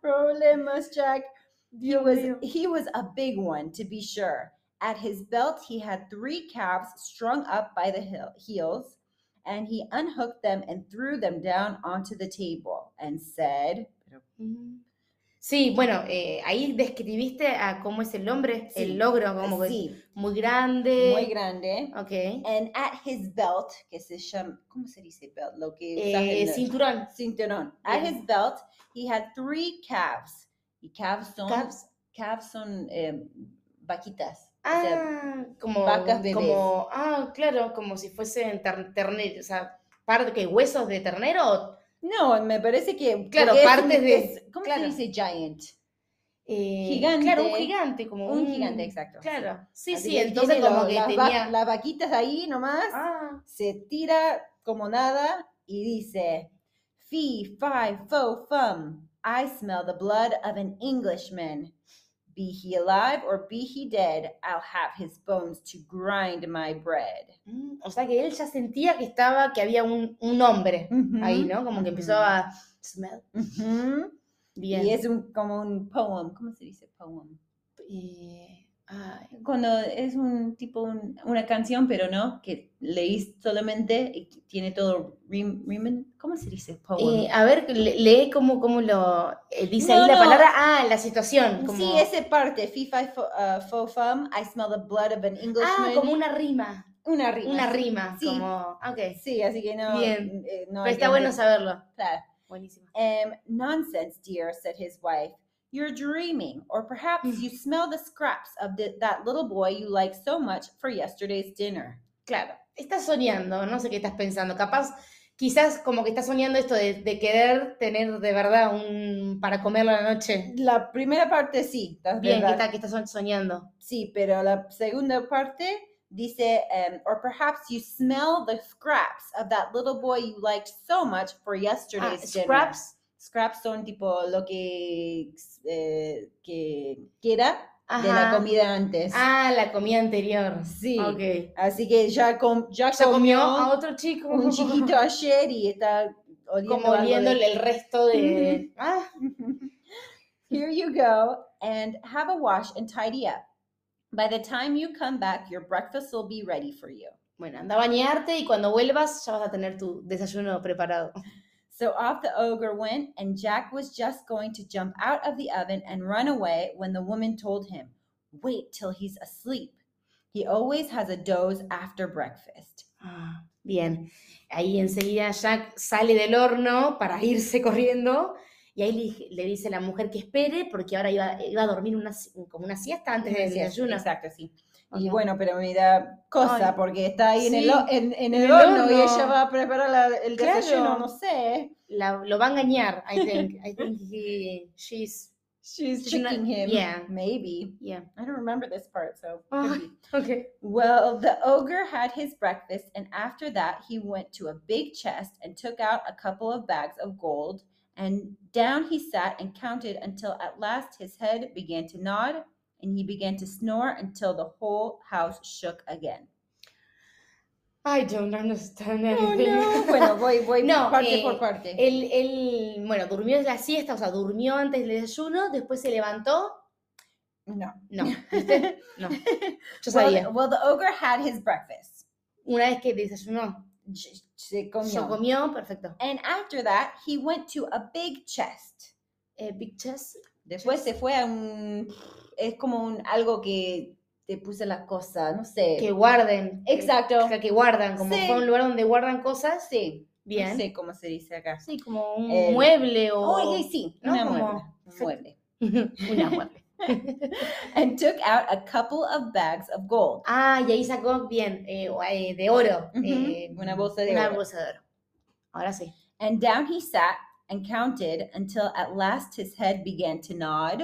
Speaker 2: Problemas, Jack. He
Speaker 3: Dios
Speaker 2: was
Speaker 3: mío.
Speaker 2: he was a big one to be sure. At his belt, he had three calves strung up by the heel, heels, and he unhooked them and threw them down onto the table and said,
Speaker 3: Sí, bueno, eh, ahí describiste a cómo es el hombre,
Speaker 2: Sí.
Speaker 3: el logro, como que
Speaker 2: "Sí,
Speaker 3: muy grande.
Speaker 2: muy eh, grande.
Speaker 3: Ok.
Speaker 2: And at his belt, que se llama, ¿cómo se dice belt? Lo que usas
Speaker 3: Eh,
Speaker 2: en el-
Speaker 3: cinturón.
Speaker 2: cinturón. At
Speaker 3: Bien.
Speaker 2: his belt, he had three calves. Y calves son, calves,
Speaker 3: Caps.
Speaker 2: son em, vaquitas. o sea,
Speaker 3: Ah, como,
Speaker 2: vacas bebés.
Speaker 3: como, ah, claro, como si fuesen ter- ternero, o sea, par que huesos de ternero o
Speaker 2: No, me parece que.
Speaker 3: Claro,
Speaker 2: porque es un-
Speaker 3: partes de-
Speaker 2: es- ¿Cómo
Speaker 3: claro.
Speaker 2: se dice giant?
Speaker 3: Eh,
Speaker 2: Gigante.
Speaker 3: Claro, un gigante, como
Speaker 2: Un gigante, exacto.
Speaker 3: Mm. Claro, sí,
Speaker 2: Así
Speaker 3: sí,
Speaker 2: que
Speaker 3: entonces
Speaker 2: tiene
Speaker 3: como
Speaker 2: lo-
Speaker 3: que
Speaker 2: las va-
Speaker 3: tenía...
Speaker 2: las vaquitas ahí nomás,
Speaker 3: Ah,
Speaker 2: se tira como nada y dice: Fee, fi, fo, fum. I smell the blood of an Englishman. Be he alive or be he dead, I'll have his bones to grind my bread.
Speaker 3: mm, o sea que él ya sentía que estaba, que había un, un hombre ahí, ¿no? Como que empezó a... smell,
Speaker 2: Ujú.
Speaker 3: Bien.
Speaker 2: Y es un, como un poem. ¿Cómo se dice poem?
Speaker 3: Eh, Ay,
Speaker 2: Cuando es un tipo, un- una canción, pero no, que leís solamente, y tiene todo rim, rimen- ¿cómo se dice? Poem.
Speaker 3: eh, a ver, le- lee cómo, cómo lo eh, dice
Speaker 2: No,
Speaker 3: ahí la
Speaker 2: no.
Speaker 3: palabra. Ah, la situación. Como,
Speaker 2: Sí, esa parte, fifa fo, uh, fo fum, I smell the blood of an
Speaker 3: Ah,
Speaker 2: Englishman.
Speaker 3: como una rima.
Speaker 2: una rima.
Speaker 3: Una
Speaker 2: sí.
Speaker 3: rima.
Speaker 2: Sí.
Speaker 3: Como, ah, ok.
Speaker 2: Sí, así que no.
Speaker 3: Bien.
Speaker 2: eh, no
Speaker 3: Pero
Speaker 2: hay
Speaker 3: está
Speaker 2: que
Speaker 3: bueno
Speaker 2: empezar.
Speaker 3: saberlo.
Speaker 2: Claro.
Speaker 3: Buenísimo.
Speaker 2: Um, nonsense, dear, said his wife. You're dreaming, or perhaps
Speaker 3: Mm.
Speaker 2: you smell the scraps of the, that little boy you like so much for yesterday's dinner. Claro.
Speaker 3: Estás soñando, no sé qué estás pensando. Capaz, quizás como que estás soñando esto de, de querer tener de verdad un para comer a la noche.
Speaker 2: La primera parte sí, estás
Speaker 3: Bien, que
Speaker 2: verdad.
Speaker 3: estás, que estás so- soñando.
Speaker 2: Sí, pero la segunda parte dice, um, or perhaps you smell the scraps of that little boy you liked so much for
Speaker 3: Ah,
Speaker 2: yesterday's dinner.
Speaker 3: scraps.
Speaker 2: Scraps son tipo lo que, eh, que queda de la
Speaker 3: Ajá.
Speaker 2: comida antes.
Speaker 3: Ah, la comida anterior.
Speaker 2: Sí.
Speaker 3: Ok.
Speaker 2: Así que ya, com- ya,
Speaker 3: Ya comió
Speaker 2: comió,
Speaker 3: a otro chico.
Speaker 2: un chiquito ayer y está oliendo
Speaker 3: Como
Speaker 2: algo de-
Speaker 3: oliéndole el resto de. Ah,
Speaker 2: Here you go and have a wash and tidy up. By the time you come back, your breakfast will be ready for you.
Speaker 3: bueno, anda a bañarte y cuando vuelvas ya vas a tener tu desayuno preparado.
Speaker 2: So off the ogre went, and Jack was just going to jump out of the oven and run away when the woman told him, Wait till he's asleep. He always has a doze after breakfast.
Speaker 3: Ah, bien. Ahí enseguida Jack sale del horno para irse corriendo y ahí le dije- le, dice la mujer que espere porque ahora iba, iba a dormir una, si- como una siesta antes del
Speaker 2: Decía,
Speaker 3: desayuno.
Speaker 2: Exacto, sí. Y
Speaker 3: Ok.
Speaker 2: bueno, pero me da cosa
Speaker 3: Ay,
Speaker 2: porque está ahí en, el,
Speaker 3: sí,
Speaker 2: ho- en, en el
Speaker 3: el
Speaker 2: horno, y
Speaker 3: horno.
Speaker 2: ella va a preparar la- el
Speaker 3: Claro.
Speaker 2: desayuno, no sé.
Speaker 3: La- lo va a engañar, I think. I think he, she's,
Speaker 2: She's
Speaker 3: She's not-
Speaker 2: tricking him.
Speaker 3: yeah.
Speaker 2: Maybe.
Speaker 3: yeah.
Speaker 2: I don't remember this part, so. could
Speaker 3: Ah,
Speaker 2: be.
Speaker 3: ok.
Speaker 2: Well, the ogre had his breakfast, and after that, he went to a big chest and took out a couple of bags of gold. And down he sat and counted until at last his head began to nod and he began to snore until the whole house shook again.
Speaker 3: I don't understand anything.
Speaker 2: bueno, voy, voy
Speaker 3: Oh, No,
Speaker 2: parte
Speaker 3: eh,
Speaker 2: por parte.
Speaker 3: Él, él, bueno, durmió la siesta, o sea, durmió antes del desayuno, después se levantó.
Speaker 2: no.
Speaker 3: No, ¿viste? No, yo sabía.
Speaker 2: Well, well, the ogre had his breakfast.
Speaker 3: Una vez que desayunó,
Speaker 2: Ch- se
Speaker 3: yo
Speaker 2: comió.
Speaker 3: comió, perfecto.
Speaker 2: And after that, he went to a big chest.
Speaker 3: Eh, Big Chess.
Speaker 2: Después se fue a un. Es como un algo que te puse la cosa, no sé.
Speaker 3: que guarden.
Speaker 2: Exacto.
Speaker 3: O sea, que guardan, como
Speaker 2: Sí.
Speaker 3: fue un lugar donde guardan cosas.
Speaker 2: Sí.
Speaker 3: Bien.
Speaker 2: No
Speaker 3: Sí,
Speaker 2: sé cómo se dice acá.
Speaker 3: como un
Speaker 2: Eh,
Speaker 3: mueble o.
Speaker 2: Oye, sí,
Speaker 3: ¿no?
Speaker 2: una
Speaker 3: Como-
Speaker 2: mueble. un mueble.
Speaker 3: Una mueble.
Speaker 2: And took out a couple of bags of gold.
Speaker 3: Ah, y ahí sacó bien, eh, o- eh, de oro.
Speaker 2: Ujú,
Speaker 3: eh,
Speaker 2: una bolsa de
Speaker 3: una
Speaker 2: oro.
Speaker 3: bolsa de oro. Ahora sí.
Speaker 2: And down he sat and counted until at last his head began to nod.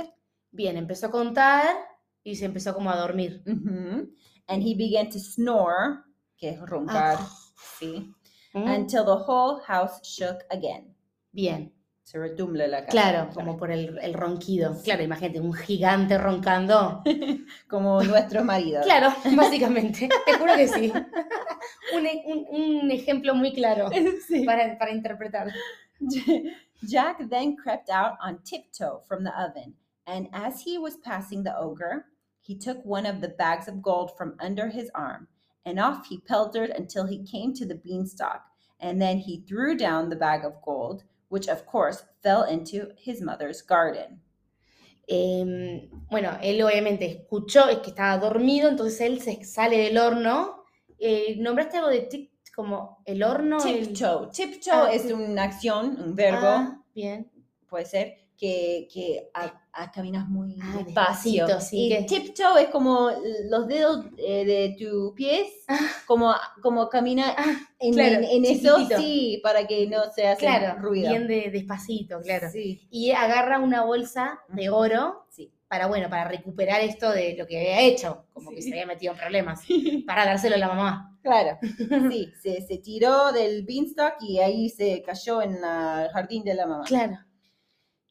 Speaker 3: Bien, empezó a contar y se empezó como a dormir.
Speaker 2: Mhm. And he began to snore. Que es roncar.
Speaker 3: Ah.
Speaker 2: Sí.
Speaker 3: Mm,
Speaker 2: Until the whole house shook again.
Speaker 3: Bien,
Speaker 2: Se retumble la casa.
Speaker 3: claro, como por el, el ronquido. Claro, imagínate, un gigante roncando.
Speaker 2: Como nuestro marido.
Speaker 3: Claro, básicamente, te juro que sí. Un, e- un- un ejemplo muy claro
Speaker 2: Sí.
Speaker 3: para, para interpretar.
Speaker 2: Jack then crept out on tiptoe from the oven, and as he was passing the ogre, he took one of the bags of gold from under his arm, and off he peltered until he came to the beanstalk, and then he threw down the bag of gold, which of course fell into his mother's garden.
Speaker 3: Em, bueno, él obviamente escuchó, es que estaba dormido, entonces él se sale del horno. Eh, ¿Nombraste algo de tic, como el horno? el-
Speaker 2: Tiptoe. Tiptoe
Speaker 3: Ah,
Speaker 2: es
Speaker 3: tip-
Speaker 2: una acción, un verbo,
Speaker 3: Ah, bien.
Speaker 2: puede ser, que, que a- a- caminas muy
Speaker 3: Ah,
Speaker 2: despacio.
Speaker 3: despacito, sí,
Speaker 2: y
Speaker 3: que-
Speaker 2: tiptoe es como los dedos eh, de tus pies, como, como camina en,
Speaker 3: Ah. claro,
Speaker 2: en- en eso,
Speaker 3: chiquitito.
Speaker 2: sí, para que no se hace
Speaker 3: Claro,
Speaker 2: ruido.
Speaker 3: bien de, despacito, claro.
Speaker 2: Sí.
Speaker 3: Y agarra una bolsa de
Speaker 2: Ujú.
Speaker 3: oro
Speaker 2: Sí.
Speaker 3: para, bueno, para recuperar esto de lo que había hecho, como que
Speaker 2: Sí.
Speaker 3: se había metido en problemas, para dárselo a la mamá.
Speaker 2: Claro, sí, se, se tiró del beanstalk y ahí se cayó en la- el jardín de la mamá.
Speaker 3: Claro.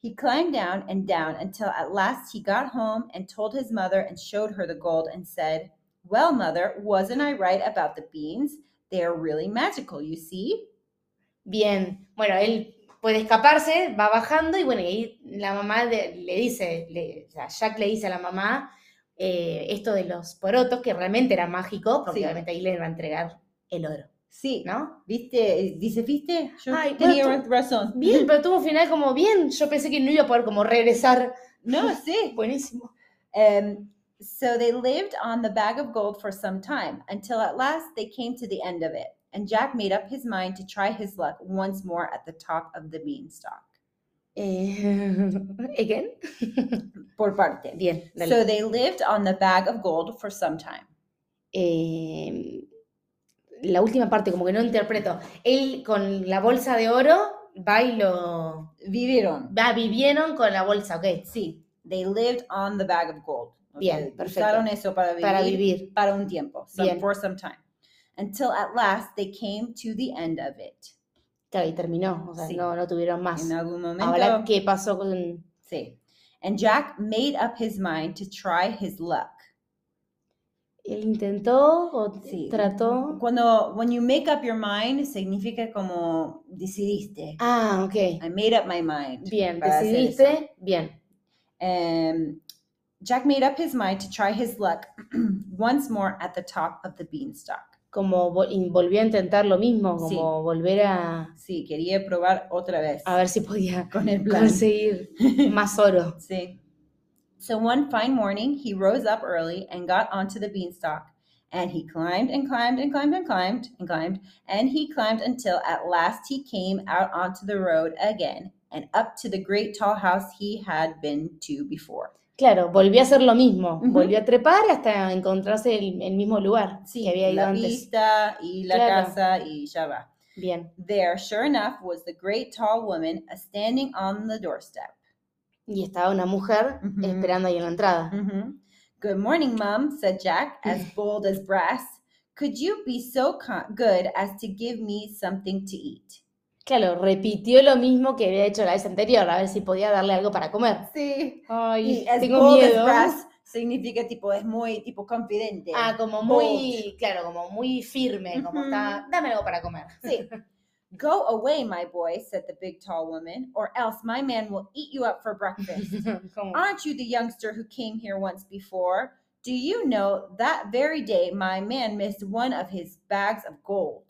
Speaker 2: He climbed down and down until at last he got home and told his mother and showed her the gold and said, Well, mother, wasn't I right about the beans? They are really magical, you see?
Speaker 3: Bien, bueno, él puede escaparse, va bajando y bueno, y ahí la mamá de- le dice, le- o sea, Jack le dice a la mamá, eh, esto de los porotos, que realmente era mágico, porque
Speaker 2: Sí.
Speaker 3: obviamente ahí le va a entregar el oro,
Speaker 2: Sí,
Speaker 3: ¿no?
Speaker 2: ¿viste? Dice, ¿viste? Yo
Speaker 3: Ay,
Speaker 2: tenía
Speaker 3: bueno,
Speaker 2: razón.
Speaker 3: Bien, pero tuvo un final como bien. Yo pensé que no iba a poder como regresar.
Speaker 2: No, sí.
Speaker 3: Buenísimo.
Speaker 2: Um, so they lived on the bag of gold for some time until at last they came to the end of it. And Jack made up his mind to try his luck once more at the top of the beanstalk.
Speaker 3: Eh, again.
Speaker 2: Por parte.
Speaker 3: Bien, dale.
Speaker 2: So they lived on the bag of gold for some time.
Speaker 3: eh, la última parte, como que no interpreto. Él con la bolsa de oro va y lo.
Speaker 2: Vivieron.
Speaker 3: Va, vivieron con la bolsa, ok.
Speaker 2: Sí. They lived on the bag of gold. O sea,
Speaker 3: Bien, perfecto.
Speaker 2: Usaron eso para vivir.
Speaker 3: Para vivir.
Speaker 2: para un tiempo. some-
Speaker 3: Bien.
Speaker 2: for some time. Until at last they came to the end of it.
Speaker 3: Claro, y terminó. O sea,
Speaker 2: Sí.
Speaker 3: no, no tuvieron más.
Speaker 2: En algún momento.
Speaker 3: Ahora, ¿qué pasó con.?
Speaker 2: Sí. And Jack made up his mind to try his luck.
Speaker 3: Él intentó o
Speaker 2: Sí.
Speaker 3: trató.
Speaker 2: Cuando, when you make up your mind, significa como decidiste.
Speaker 3: Ah, ok.
Speaker 2: I made up my mind.
Speaker 3: Bien,
Speaker 2: para hacer eso.
Speaker 3: decidiste. Bien.
Speaker 2: Um, Jack made up his mind to try his luck once more at the top of the beanstalk.
Speaker 3: Como vo- y volvió a intentar lo mismo, como
Speaker 2: Sí.
Speaker 3: volver a,
Speaker 2: Sí, quería probar otra vez
Speaker 3: a ver si podía
Speaker 2: con el plan.
Speaker 3: conseguir más oro.
Speaker 2: Sí. So one fine morning, he rose up early and got onto the beanstalk. And he climbed and climbed and climbed and climbed and climbed. And he climbed until at last he came out onto the road again and up to the great tall house he had been to before.
Speaker 3: Claro, volvió a hacer lo mismo,
Speaker 2: Ujú.
Speaker 3: volvió a trepar hasta encontrarse el, el mismo lugar que había ido
Speaker 2: la
Speaker 3: antes.
Speaker 2: pista y la
Speaker 3: Claro.
Speaker 2: casa y ya va.
Speaker 3: Bien.
Speaker 2: There, sure enough, was the great tall woman a standing on the doorstep.
Speaker 3: Y estaba una mujer
Speaker 2: Ujú.
Speaker 3: esperando ahí en la entrada.
Speaker 2: Mhm. Good morning, Mum, said Jack, as bold as brass. Could you be so ki- good as to give me something to eat?
Speaker 3: Claro, repitió lo mismo que había hecho la vez anterior, a ver si podía darle algo para comer.
Speaker 2: Sí.
Speaker 3: Ay,
Speaker 2: Y as
Speaker 3: tengo
Speaker 2: bold
Speaker 3: miedo.
Speaker 2: as brass significa tipo, es muy tipo confidente.
Speaker 3: Ah, como muy, claro, como muy firme, como
Speaker 2: Ujú.
Speaker 3: está, dame algo para comer.
Speaker 2: Sí. Go away, my boy, said the big tall woman, or else my man will eat you up for breakfast.
Speaker 3: Como-
Speaker 2: Aren't you the youngster who came here once before? Do you know that very day my man missed one of his bags of gold?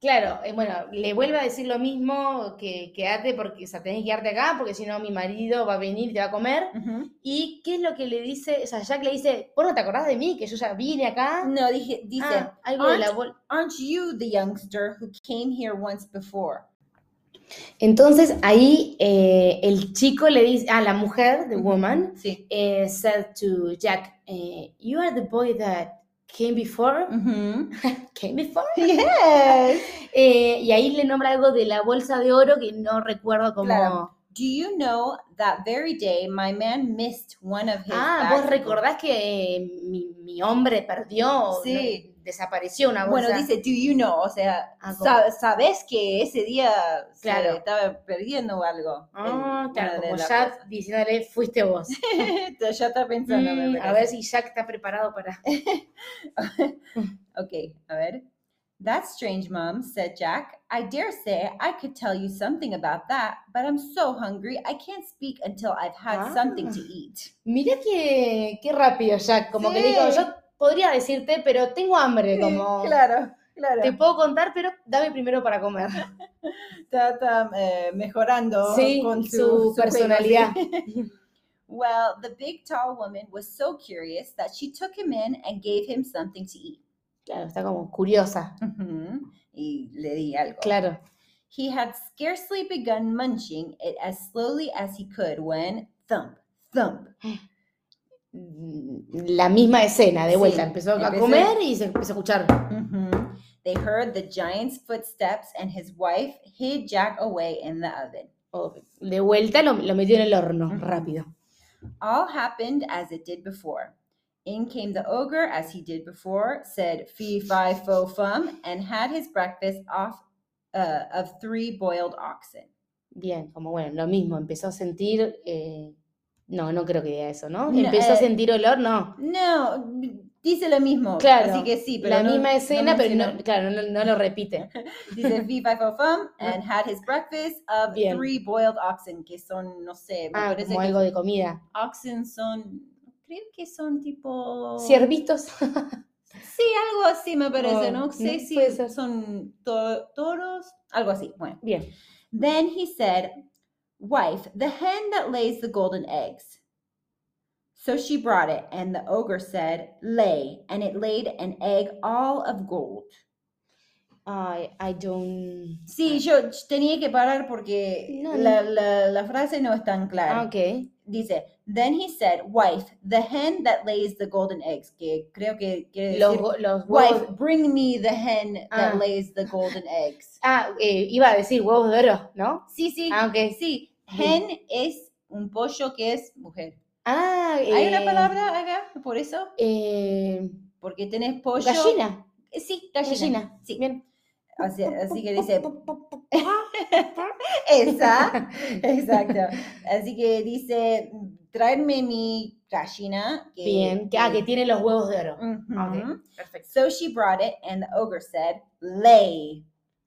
Speaker 3: Claro, eh, bueno, le vuelve a decir lo mismo que quédate porque, o sea, tenés que quedarte acá porque si no mi marido va a venir y te va a comer. ¿Y qué es lo que le dice? O sea, Jack le dice, vos no te acordás de mí, que yo ya vine acá.
Speaker 2: No, dije, dice,
Speaker 3: Ah, algo de la bol-
Speaker 2: Aren't you the youngster who came here once before?
Speaker 3: Entonces ahí eh, el chico le dice, ah, la mujer, the
Speaker 2: Ujú.
Speaker 3: woman,
Speaker 2: Sí.
Speaker 3: eh, said to Jack, eh, you are the boy that came before,
Speaker 2: Mm-hmm.
Speaker 3: came before.
Speaker 2: Yes.
Speaker 3: Eh, y ahí le nombra algo de la bolsa de oro que no recuerdo cómo...
Speaker 2: Claro. Do you know that very day my man missed one of his
Speaker 3: Ah,
Speaker 2: bags
Speaker 3: vos
Speaker 2: of
Speaker 3: recordás que eh, mi, mi hombre perdió,
Speaker 2: Sí.
Speaker 3: ¿no? desapareció una
Speaker 2: gold?
Speaker 3: bolsa.
Speaker 2: Bueno, dice, do you know, o sea,
Speaker 3: Ah,
Speaker 2: sa- sabes que ese día se
Speaker 3: Claro.
Speaker 2: estaba perdiendo algo.
Speaker 3: Ah,
Speaker 2: el-
Speaker 3: claro,
Speaker 2: una de
Speaker 3: como
Speaker 2: las
Speaker 3: Jack diciéndole, fuiste vos.
Speaker 2: cosas. ya está pensando. me
Speaker 3: Mm, a
Speaker 2: parece.
Speaker 3: ver si Jack está preparado para...
Speaker 2: Okay, a ver. That's strange, Mom, said Jack. I dare say I could tell you something about that, but I'm so hungry I can't speak until I've had something to eat.
Speaker 3: Mirá que, qué rápido Jack, como que le dijo,
Speaker 2: Sí.
Speaker 3: yo podría decirte, pero tengo hambre, como...
Speaker 2: claro, claro.
Speaker 3: Te puedo contar, pero dame primero para comer.
Speaker 2: Está, está, eh, mejorando
Speaker 3: Sí,
Speaker 2: con
Speaker 3: su,
Speaker 2: su, su
Speaker 3: personalidad.
Speaker 2: juego, sí. Well, the big tall woman was so curious that she took him in and gave him something to eat.
Speaker 3: Claro, está como curiosa.
Speaker 2: Ujú, Y le di algo.
Speaker 3: Claro.
Speaker 2: He had scarcely begun munching it as slowly as he could when thump, thump,
Speaker 3: Mm, La misma escena, de vuelta.
Speaker 2: Sí,
Speaker 3: empezó a
Speaker 2: empezó-
Speaker 3: comer y se empezó a escuchar.
Speaker 2: Mhm. They heard the giant's footsteps, and his wife hid Jack away in the oven.
Speaker 3: O, de vuelta lo, lo metió en el horno,
Speaker 2: Ujú.
Speaker 3: rápido.
Speaker 2: All happened as it did before. In came the ogre, as he did before, said fee fi fo fum, and had his breakfast off uh, of three boiled oxen.
Speaker 3: Bien, como bueno, lo mismo, empezó a sentir... eh, No, no creo que diga eso, ¿no?
Speaker 2: No,
Speaker 3: Empezó a
Speaker 2: eh,
Speaker 3: sentir olor, no.
Speaker 2: No, dice lo mismo.
Speaker 3: Claro,
Speaker 2: Así que sí, pero
Speaker 3: la
Speaker 2: no-
Speaker 3: misma
Speaker 2: no
Speaker 3: escena, pero no,
Speaker 2: menciona.
Speaker 3: claro, no, no lo repite.
Speaker 2: Dice fee fi fo fum, and had his breakfast of
Speaker 3: Bien.
Speaker 2: three boiled oxen, que son, no sé, me
Speaker 3: Ah,
Speaker 2: parece
Speaker 3: como
Speaker 2: que
Speaker 3: algo de comida.
Speaker 2: oxen son creo que son tipo...
Speaker 3: Ciervitos.
Speaker 2: Sí, algo así me parece,
Speaker 3: Oh,
Speaker 2: no sé
Speaker 3: mm,
Speaker 2: si
Speaker 3: puede ser.
Speaker 2: son to- toros, algo así. Bueno.
Speaker 3: Bien.
Speaker 2: Then he said, Wife, the hen that lays the golden eggs. So she brought it, and the ogre said, Lay, and it laid an egg all of gold.
Speaker 3: I, I don't.
Speaker 2: Sí, yo tenía que parar porque
Speaker 3: No,
Speaker 2: la, la- la frase no es tan clara.
Speaker 3: Ah, ok.
Speaker 2: Dice, then he said, Wife, the hen that lays the golden eggs. Que creo que quiere
Speaker 3: Los,
Speaker 2: decir,
Speaker 3: go- los huevos.
Speaker 2: Wife, bring me the hen that
Speaker 3: Ah.
Speaker 2: lays the golden eggs.
Speaker 3: Ah, eh, iba a decir huevos de oro, ¿no?
Speaker 2: Sí, sí,
Speaker 3: Ah, ok.
Speaker 2: sí.
Speaker 3: bien.
Speaker 2: Hen es un pollo que es mujer.
Speaker 3: Ah,
Speaker 2: ¿Hay una
Speaker 3: eh,
Speaker 2: palabra acá por eso?
Speaker 3: eh,
Speaker 2: Porque tenés pollo.
Speaker 3: gallina.
Speaker 2: Eh, Sí,
Speaker 3: Gallina.
Speaker 2: gallina. Sí.
Speaker 3: Bien.
Speaker 2: Así, así que dice,
Speaker 3: Pu, pu, pu,
Speaker 2: esa. Exacto. Así que dice, traerme mi gallina. que-
Speaker 3: Bien. que- Ah, que tiene los huevos de oro.
Speaker 2: Ujú.
Speaker 3: Ah, ok. Perfecto.
Speaker 2: So she brought it, and the ogre said, lay.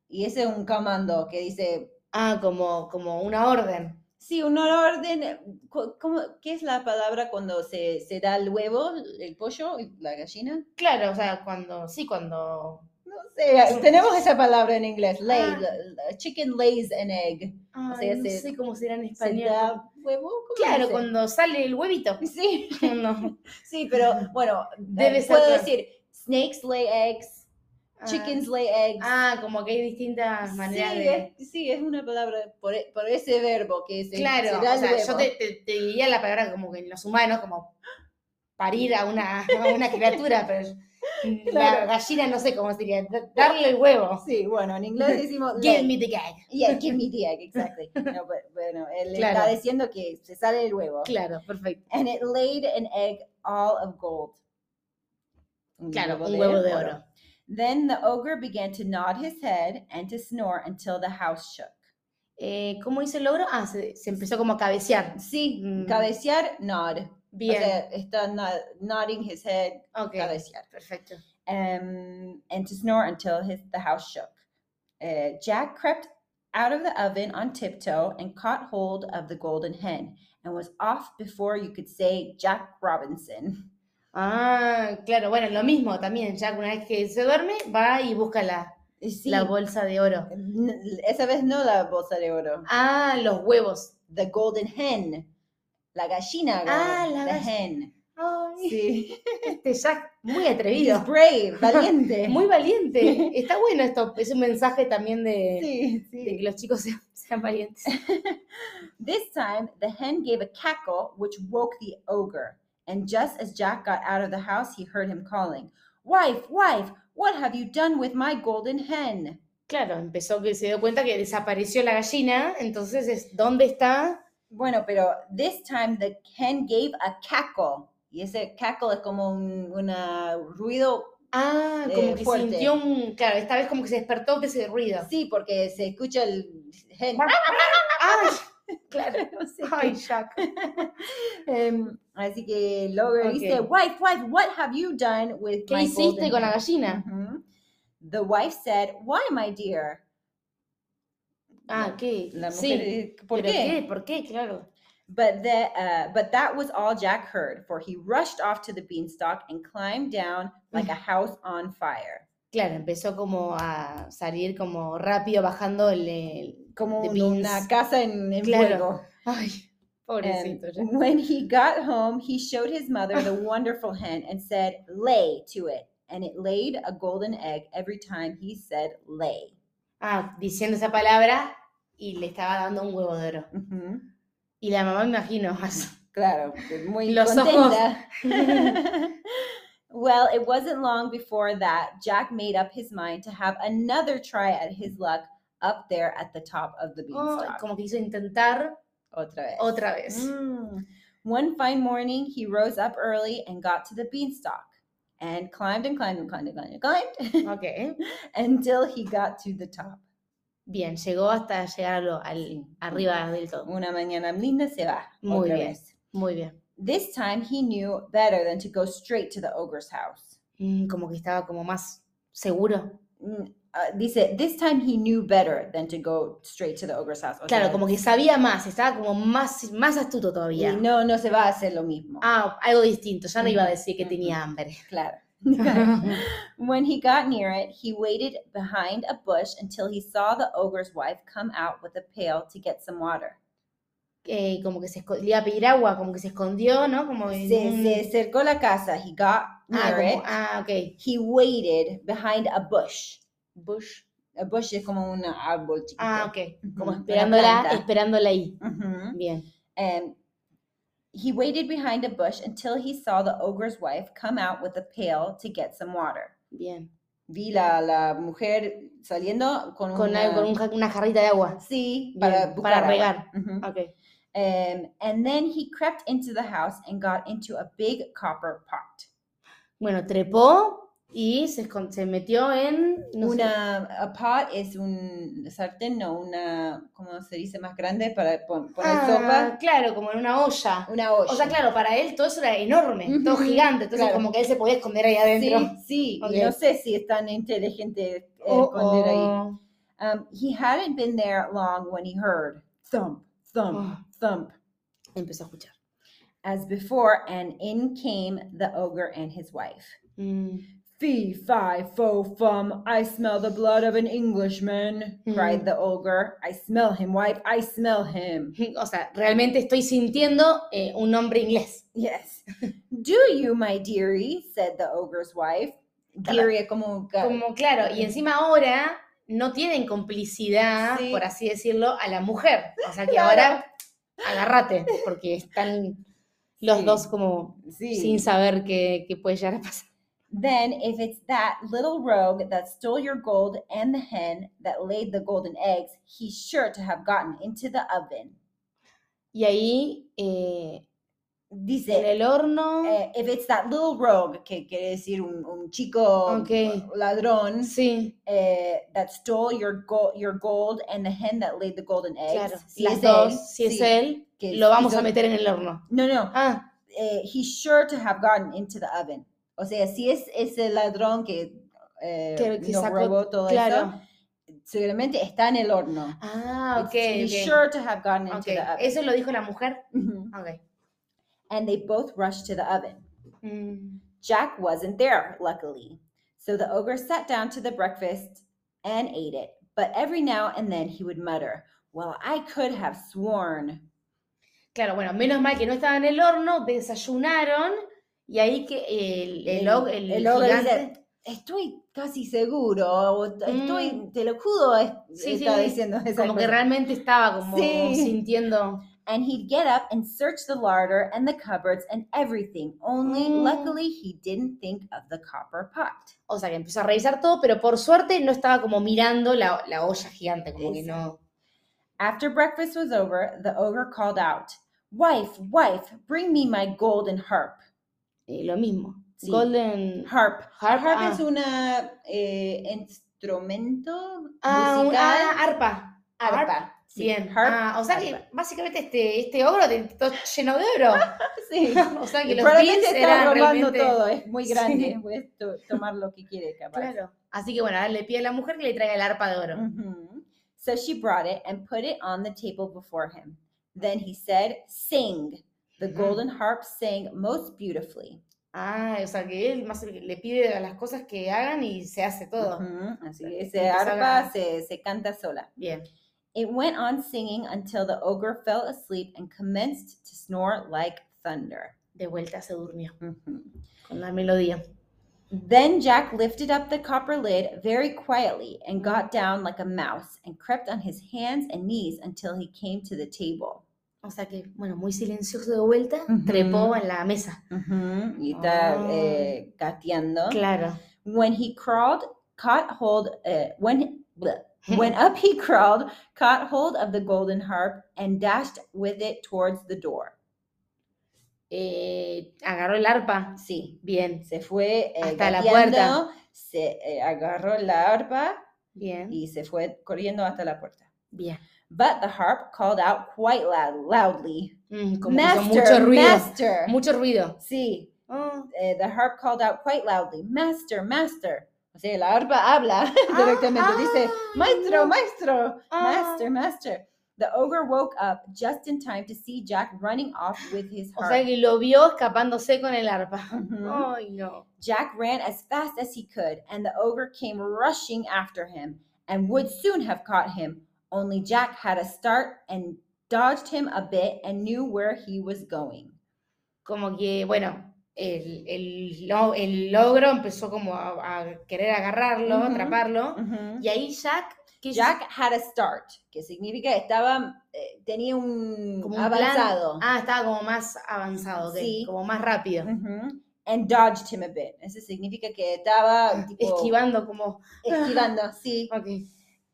Speaker 2: Y ese es un comando que dice,
Speaker 3: Ah, como, como una orden.
Speaker 2: sí, un orden. eh, cu- ¿cómo- ¿Qué es la palabra cuando se, se da el huevo, el pollo, la gallina?
Speaker 3: Claro, o sea, cuando. Sí, cuando.
Speaker 2: No sé, tenemos esa palabra en inglés, lay.
Speaker 3: Ah.
Speaker 2: la- la- Chicken lays an egg.
Speaker 3: Ah,
Speaker 2: sea,
Speaker 3: no
Speaker 2: se-
Speaker 3: sé cómo será en
Speaker 2: ¿Se
Speaker 3: español.
Speaker 2: da huevo? ¿Cómo
Speaker 3: Claro,
Speaker 2: dice?
Speaker 3: cuando sale el huevito.
Speaker 2: Sí,
Speaker 3: No.
Speaker 2: sí, pero bueno,
Speaker 3: Debe
Speaker 2: debe
Speaker 3: ser
Speaker 2: puedo
Speaker 3: otra.
Speaker 2: decir snakes lay eggs, chickens lay eggs.
Speaker 3: Ah, como que hay distintas
Speaker 2: sí,
Speaker 3: maneras de.
Speaker 2: es, sí, es una palabra por, e- por ese verbo que se,
Speaker 3: Claro,
Speaker 2: se
Speaker 3: o
Speaker 2: da el
Speaker 3: sea, yo
Speaker 2: huevo.
Speaker 3: te, te- te diría la palabra como que en los humanos, como parir a una, a una criatura, pero la
Speaker 2: Claro.
Speaker 3: gallina no sé cómo sería, da- darle el huevo.
Speaker 2: Sí, bueno, en inglés decimos
Speaker 3: Give
Speaker 2: lay.
Speaker 3: me the gag.
Speaker 2: Yeah, give me the egg, exactly. No, but- bueno, él le
Speaker 3: Claro.
Speaker 2: está diciendo que se sale el huevo.
Speaker 3: Claro, perfecto.
Speaker 2: And it laid an egg all of gold. Un
Speaker 3: Claro, un huevo de oro.
Speaker 2: Then the ogre began to nod his head and to snore until the house shook.
Speaker 3: Eh, ¿Cómo hizo el logro? Ah, se, se empezó como a cabecear.
Speaker 2: Sí,
Speaker 3: Mm.
Speaker 2: cabecear, nod.
Speaker 3: Bien,
Speaker 2: O sea, está no- nodding his head,
Speaker 3: ok,
Speaker 2: cabecear.
Speaker 3: perfecto.
Speaker 2: Um, and to snore until his, the house shook. Uh, Jack crept out of the oven on tiptoe and caught hold of the golden hen and was off before you could say Jack Robinson.
Speaker 3: Ah, claro, bueno, lo mismo también, ya una vez que se duerme, va y busca la,
Speaker 2: Sí,
Speaker 3: la bolsa de oro.
Speaker 2: n- esa vez no la bolsa de oro.
Speaker 3: Ah, los huevos.
Speaker 2: The golden hen. La gallina.
Speaker 3: Ah,
Speaker 2: ganó,
Speaker 3: la
Speaker 2: the
Speaker 3: gall-
Speaker 2: hen.
Speaker 3: Ay,
Speaker 2: Sí.
Speaker 3: este Jack muy
Speaker 2: He's
Speaker 3: atrevido.
Speaker 2: brave, valiente.
Speaker 3: Muy valiente. Está bueno esto. Es un mensaje también de,
Speaker 2: Sí,
Speaker 3: de
Speaker 2: sí.
Speaker 3: que los chicos sean, sean valientes.
Speaker 2: This time, the hen gave a cackle which woke the ogre. And just as Jack got out of the house, he heard him calling, Wife, wife, what have you done with my golden hen?
Speaker 3: Claro, empezó que se dio cuenta que desapareció la gallina. Entonces es ¿dónde está?
Speaker 2: Bueno, pero this time the hen gave a cackle. Y ese cackle es como un una ruido.
Speaker 3: Ah, como
Speaker 2: Eh,
Speaker 3: que
Speaker 2: fuerte.
Speaker 3: sintió un. Claro, esta vez como que se despertó de ese ruido.
Speaker 2: Sí, porque se escucha el hen.
Speaker 3: ¡Ay! Claro.
Speaker 2: No sé
Speaker 3: Ay, Jack.
Speaker 2: Em, así que el ogre dice,
Speaker 3: Ok.
Speaker 2: wife, wife, what have you done with
Speaker 3: ¿Qué
Speaker 2: my
Speaker 3: hiciste
Speaker 2: golden
Speaker 3: con la
Speaker 2: hen?"
Speaker 3: gallina?
Speaker 2: Mhm. The wife said, why, my dear?
Speaker 3: Ah, ¿qué?
Speaker 2: La
Speaker 3: sí.
Speaker 2: mujer, eh, ¿por
Speaker 3: ¿Pero
Speaker 2: qué?
Speaker 3: ¿Por qué? Claro.
Speaker 2: But, the, uh, but that was all Jack heard, for he rushed off to the beanstalk and climbed down like a
Speaker 3: Mm.
Speaker 2: house on fire.
Speaker 3: Claro, empezó como a salir como rápido bajando el. el-
Speaker 2: Como
Speaker 3: The
Speaker 2: un- una
Speaker 3: beans.
Speaker 2: casa en, en
Speaker 3: Claro.
Speaker 2: fuego.
Speaker 3: Ay,
Speaker 2: And
Speaker 3: pobrecito. Jack.
Speaker 2: when he got home, he showed his mother the wonderful hen and said, lay to it. And it laid a golden egg every time he said lay.
Speaker 3: Ah, diciendo esa palabra y le estaba dando un huevo de oro.
Speaker 2: Ujú.
Speaker 3: Y la mamá, me imagino, as-
Speaker 2: Claro, muy
Speaker 3: Los ojos.
Speaker 2: contenta. well, it wasn't long before that Jack made up his mind to have another try at his luck up there at the top of the
Speaker 3: oh,
Speaker 2: beanstalk.
Speaker 3: como que hizo intentar
Speaker 2: Otra vez.
Speaker 3: otra vez.
Speaker 2: Mm. One fine morning, he rose up early and got to the beanstalk and climbed and climbed and climbed and climbed and climbed
Speaker 3: Ok,
Speaker 2: until he got to the top.
Speaker 3: bien, llegó hasta llegar a lo- al, arriba del todo.
Speaker 2: Una mañana linda se va.
Speaker 3: Muy
Speaker 2: otra
Speaker 3: bien.
Speaker 2: vez.
Speaker 3: Muy bien.
Speaker 2: This time he knew better than to go straight to the ogre's house.
Speaker 3: Mm, como que estaba como más seguro.
Speaker 2: Mm, ah, dice, this time he knew better than to go straight to the ogre's house. O
Speaker 3: Claro,
Speaker 2: sea,
Speaker 3: como que sabía más, estaba como más, más astuto
Speaker 2: y
Speaker 3: todavía.
Speaker 2: no, no se va a hacer lo mismo.
Speaker 3: Ah, algo distinto, ya no iba a
Speaker 2: Ujú,
Speaker 3: decir que
Speaker 2: ujú.
Speaker 3: tenía hambre.
Speaker 2: Claro. when he got near it, he waited behind a bush until he saw the ogre's wife come out with a pail to get some water.
Speaker 3: Eh, como que se esco- le iba a pedir agua, como que se escondió, ¿no? Como en
Speaker 2: Se,
Speaker 3: un-
Speaker 2: se acercó la casa. He got
Speaker 3: ah,
Speaker 2: near
Speaker 3: como-
Speaker 2: it.
Speaker 3: ah, ok.
Speaker 2: He waited behind a bush.
Speaker 3: Bush.
Speaker 2: A bush es como un árbol chiquito.
Speaker 3: Ah, ok.
Speaker 2: Ujú,
Speaker 3: Como e-
Speaker 2: una
Speaker 3: esperándola,
Speaker 2: planta.
Speaker 3: esperándola ahí.
Speaker 2: Ujú.
Speaker 3: Bien.
Speaker 2: And he waited behind a bush until he saw the ogre's wife come out with a pail to get some water.
Speaker 3: Bien.
Speaker 2: Vi la, la mujer saliendo con,
Speaker 3: Con,
Speaker 2: una,
Speaker 3: algo- con un ja- una jarrita de agua.
Speaker 2: Sí,
Speaker 3: Bien,
Speaker 2: para, buscar
Speaker 3: para
Speaker 2: agua.
Speaker 3: regar.
Speaker 2: Ujú.
Speaker 3: Ok.
Speaker 2: Um, and then he crept into the house and got into a big copper pot.
Speaker 3: Bueno, trepó y se, escon- se metió en. no sé,
Speaker 2: una, a pot es un sartén, no, una, ¿cómo se dice? Más grande para pon- poner
Speaker 3: ah,
Speaker 2: sopa.
Speaker 3: Claro, como en una olla.
Speaker 2: Una olla.
Speaker 3: O sea, claro, para él todo eso era enorme, todo
Speaker 2: Ujú,
Speaker 3: gigante. Entonces,
Speaker 2: claro.
Speaker 3: como que él se podía esconder ahí adentro.
Speaker 2: Sí, sí.
Speaker 3: Ok.
Speaker 2: y No sé si es tan inteligente eh,
Speaker 3: Oh,
Speaker 2: esconder ahí.
Speaker 3: oh.
Speaker 2: Um, he hadn't been there long when he heard thump, thump,
Speaker 3: Oh.
Speaker 2: thump
Speaker 3: Empezó a escuchar.
Speaker 2: as before, and in came the ogre and his wife.
Speaker 3: Mm.
Speaker 2: Fee, fi, fo, fum, I smell the blood of an Englishman, cried
Speaker 3: Mm.
Speaker 2: the ogre. I smell him, wife, I smell him.
Speaker 3: O sea, realmente estoy sintiendo eh, un hombre inglés.
Speaker 2: Yes. Do you, my dearie? said the ogre's wife.
Speaker 3: Claro.
Speaker 2: Dearie, como, ga-
Speaker 3: Como, claro, y encima ahora no tienen complicidad,
Speaker 2: Sí.
Speaker 3: por así decirlo, a la mujer. O sea que
Speaker 2: Claro.
Speaker 3: ahora agárrate, porque están los
Speaker 2: Sí.
Speaker 3: dos como
Speaker 2: Sí.
Speaker 3: sin saber qué, qué puede llegar a pasar.
Speaker 2: Then, if it's that little rogue that stole your gold and the hen that laid the golden eggs, he's sure to have gotten into the oven.
Speaker 3: Y ahí, eh,
Speaker 2: Dice,
Speaker 3: en el horno,
Speaker 2: eh, if it's that little rogue, que quiere decir un, un chico
Speaker 3: Ok.
Speaker 2: eh, ladrón,
Speaker 3: sí,
Speaker 2: eh, that stole your, go- your gold and the hen that laid the golden eggs.
Speaker 3: claro,
Speaker 2: Si
Speaker 3: las
Speaker 2: es
Speaker 3: dos,
Speaker 2: él,
Speaker 3: si es
Speaker 2: sí,
Speaker 3: él,
Speaker 2: que
Speaker 3: lo vamos
Speaker 2: hizo-
Speaker 3: a meter en el horno.
Speaker 2: No, no,
Speaker 3: Ah,
Speaker 2: eh, he's sure to have gotten into the oven. O sea, si es ese ladrón que, eh,
Speaker 3: Que- que
Speaker 2: nos
Speaker 3: sacó-
Speaker 2: robó todo eso,
Speaker 3: claro.
Speaker 2: seguramente está en el horno.
Speaker 3: Ah, ok.
Speaker 2: It's- he's
Speaker 3: ok,
Speaker 2: sure to have gotten into
Speaker 3: ok.
Speaker 2: the oven.
Speaker 3: Eso lo dijo la mujer.
Speaker 2: Mhm.
Speaker 3: Ok.
Speaker 2: and they both rushed to the oven.
Speaker 3: Mm.
Speaker 2: Jack wasn't there, luckily. So the ogre sat down to the breakfast and ate it. But every now and then he would mutter, Well, I could have sworn.
Speaker 3: Claro, bueno, menos mal que no estaba en el horno, desayunaron y ahí que el, el, og- el
Speaker 2: el ogre dice,
Speaker 3: gigante-
Speaker 2: Estoy casi seguro, o t- estoy,
Speaker 3: Mm.
Speaker 2: te lo juro, es-
Speaker 3: Sí, sí,
Speaker 2: está
Speaker 3: sí.
Speaker 2: diciendo esa
Speaker 3: como que
Speaker 2: cosa.
Speaker 3: realmente estaba como
Speaker 2: Sí.
Speaker 3: sintiendo.
Speaker 2: And he'd get up and search the larder and the cupboards and everything. Only
Speaker 3: Mm.
Speaker 2: luckily he didn't think of the copper pot.
Speaker 3: O sea, que empezó a revisar todo, pero por suerte no estaba como mirando la, la olla gigante, como que no.
Speaker 2: After breakfast was over, the ogre called out, Wife, wife, bring me my golden harp.
Speaker 3: eh, lo mismo.
Speaker 2: Sí.
Speaker 3: Golden
Speaker 2: Harp.
Speaker 3: Harp.
Speaker 2: Harp
Speaker 3: ah.
Speaker 2: es una eh, instrumento
Speaker 3: Ah, un-
Speaker 2: musical.
Speaker 3: ah, arpa.
Speaker 2: Harp,
Speaker 3: Arpa.
Speaker 2: sí,
Speaker 3: Bien.
Speaker 2: harp,
Speaker 3: Ah, o sea que
Speaker 2: arpa.
Speaker 3: básicamente este, este ogro de- todo lleno de oro.
Speaker 2: Sí.
Speaker 3: o sea que los
Speaker 2: Probablemente
Speaker 3: beats
Speaker 2: está
Speaker 3: eran
Speaker 2: robando
Speaker 3: realmente-
Speaker 2: todo, es muy
Speaker 3: Sí.
Speaker 2: grande, puedes to- tomar lo que quiere capaz.
Speaker 3: Claro. Así que bueno, ahora le pide a la mujer que le traiga el arpa de oro.
Speaker 2: Mhm. So she brought it and put it on the table before him. Then he said, Sing. The
Speaker 3: Mhm.
Speaker 2: golden harp sang most beautifully.
Speaker 3: Ah, o sea que él más le pide a las cosas que hagan y se hace todo.
Speaker 2: Ujú, Así que
Speaker 3: Empezó
Speaker 2: ese
Speaker 3: a
Speaker 2: arpa
Speaker 3: ganar.
Speaker 2: se, se canta sola.
Speaker 3: Bien.
Speaker 2: It went on singing until the ogre fell asleep and commenced to snore like thunder.
Speaker 3: De vuelta se durmió
Speaker 2: Mhm.
Speaker 3: con la melodía.
Speaker 2: Then Jack lifted up the copper lid very quietly and got down like a mouse and crept on his hands and knees until he came to the table.
Speaker 3: O sea que, bueno, muy silencioso de vuelta,
Speaker 2: Ujú.
Speaker 3: trepó en la mesa.
Speaker 2: Ujú, Y está
Speaker 3: Ah.
Speaker 2: eh, gateando.
Speaker 3: Claro.
Speaker 2: When he crawled, caught hold, uh, when, bleh. when up he crawled, caught hold of the golden harp and dashed with it towards the door.
Speaker 3: Eh, agarró el arpa.
Speaker 2: Sí,
Speaker 3: Bien,
Speaker 2: se fue eh,
Speaker 3: Hasta la
Speaker 2: gateando, se eh, agarró la arpa
Speaker 3: bien,
Speaker 2: y se fue corriendo hasta la puerta.
Speaker 3: bien.
Speaker 2: But the harp called out quite loud, loudly.
Speaker 3: Mm, como que hizo
Speaker 2: Master,
Speaker 3: mucho ruido.
Speaker 2: master.
Speaker 3: Mucho ruido.
Speaker 2: sí, eh, the harp called out quite loudly, master, master. O O sea, la arpa habla
Speaker 3: Ah,
Speaker 2: directamente. Dice, maestro, maestro, master, master. The ogre woke up just in time to see Jack running off with his
Speaker 3: O sea
Speaker 2: harp.
Speaker 3: que lo vio escapándose con el arpa.
Speaker 2: Mhm.
Speaker 3: Ay, no.
Speaker 2: Jack ran as fast as he could, and the ogre came rushing after him and would soon have caught him. Only Jack had a start and dodged him a bit and knew where he was going.
Speaker 3: Como que, bueno, el, el, lo- el logro empezó como a, a querer agarrarlo,
Speaker 2: Ujú.
Speaker 3: atraparlo. Y ahí Jack, que hizo?
Speaker 2: Jack had a start, que significa estaba, eh, tenía un
Speaker 3: como un plan-
Speaker 2: avanzado.
Speaker 3: Ah, estaba como más avanzado, ok,
Speaker 2: Sí.
Speaker 3: como más rápido.
Speaker 2: Ujú. Mm-hmm. And dodged him a bit. Eso significa que
Speaker 3: Ah,
Speaker 2: estaba tipo,
Speaker 3: Esquivando como...
Speaker 2: esquivando, sí.
Speaker 3: ok.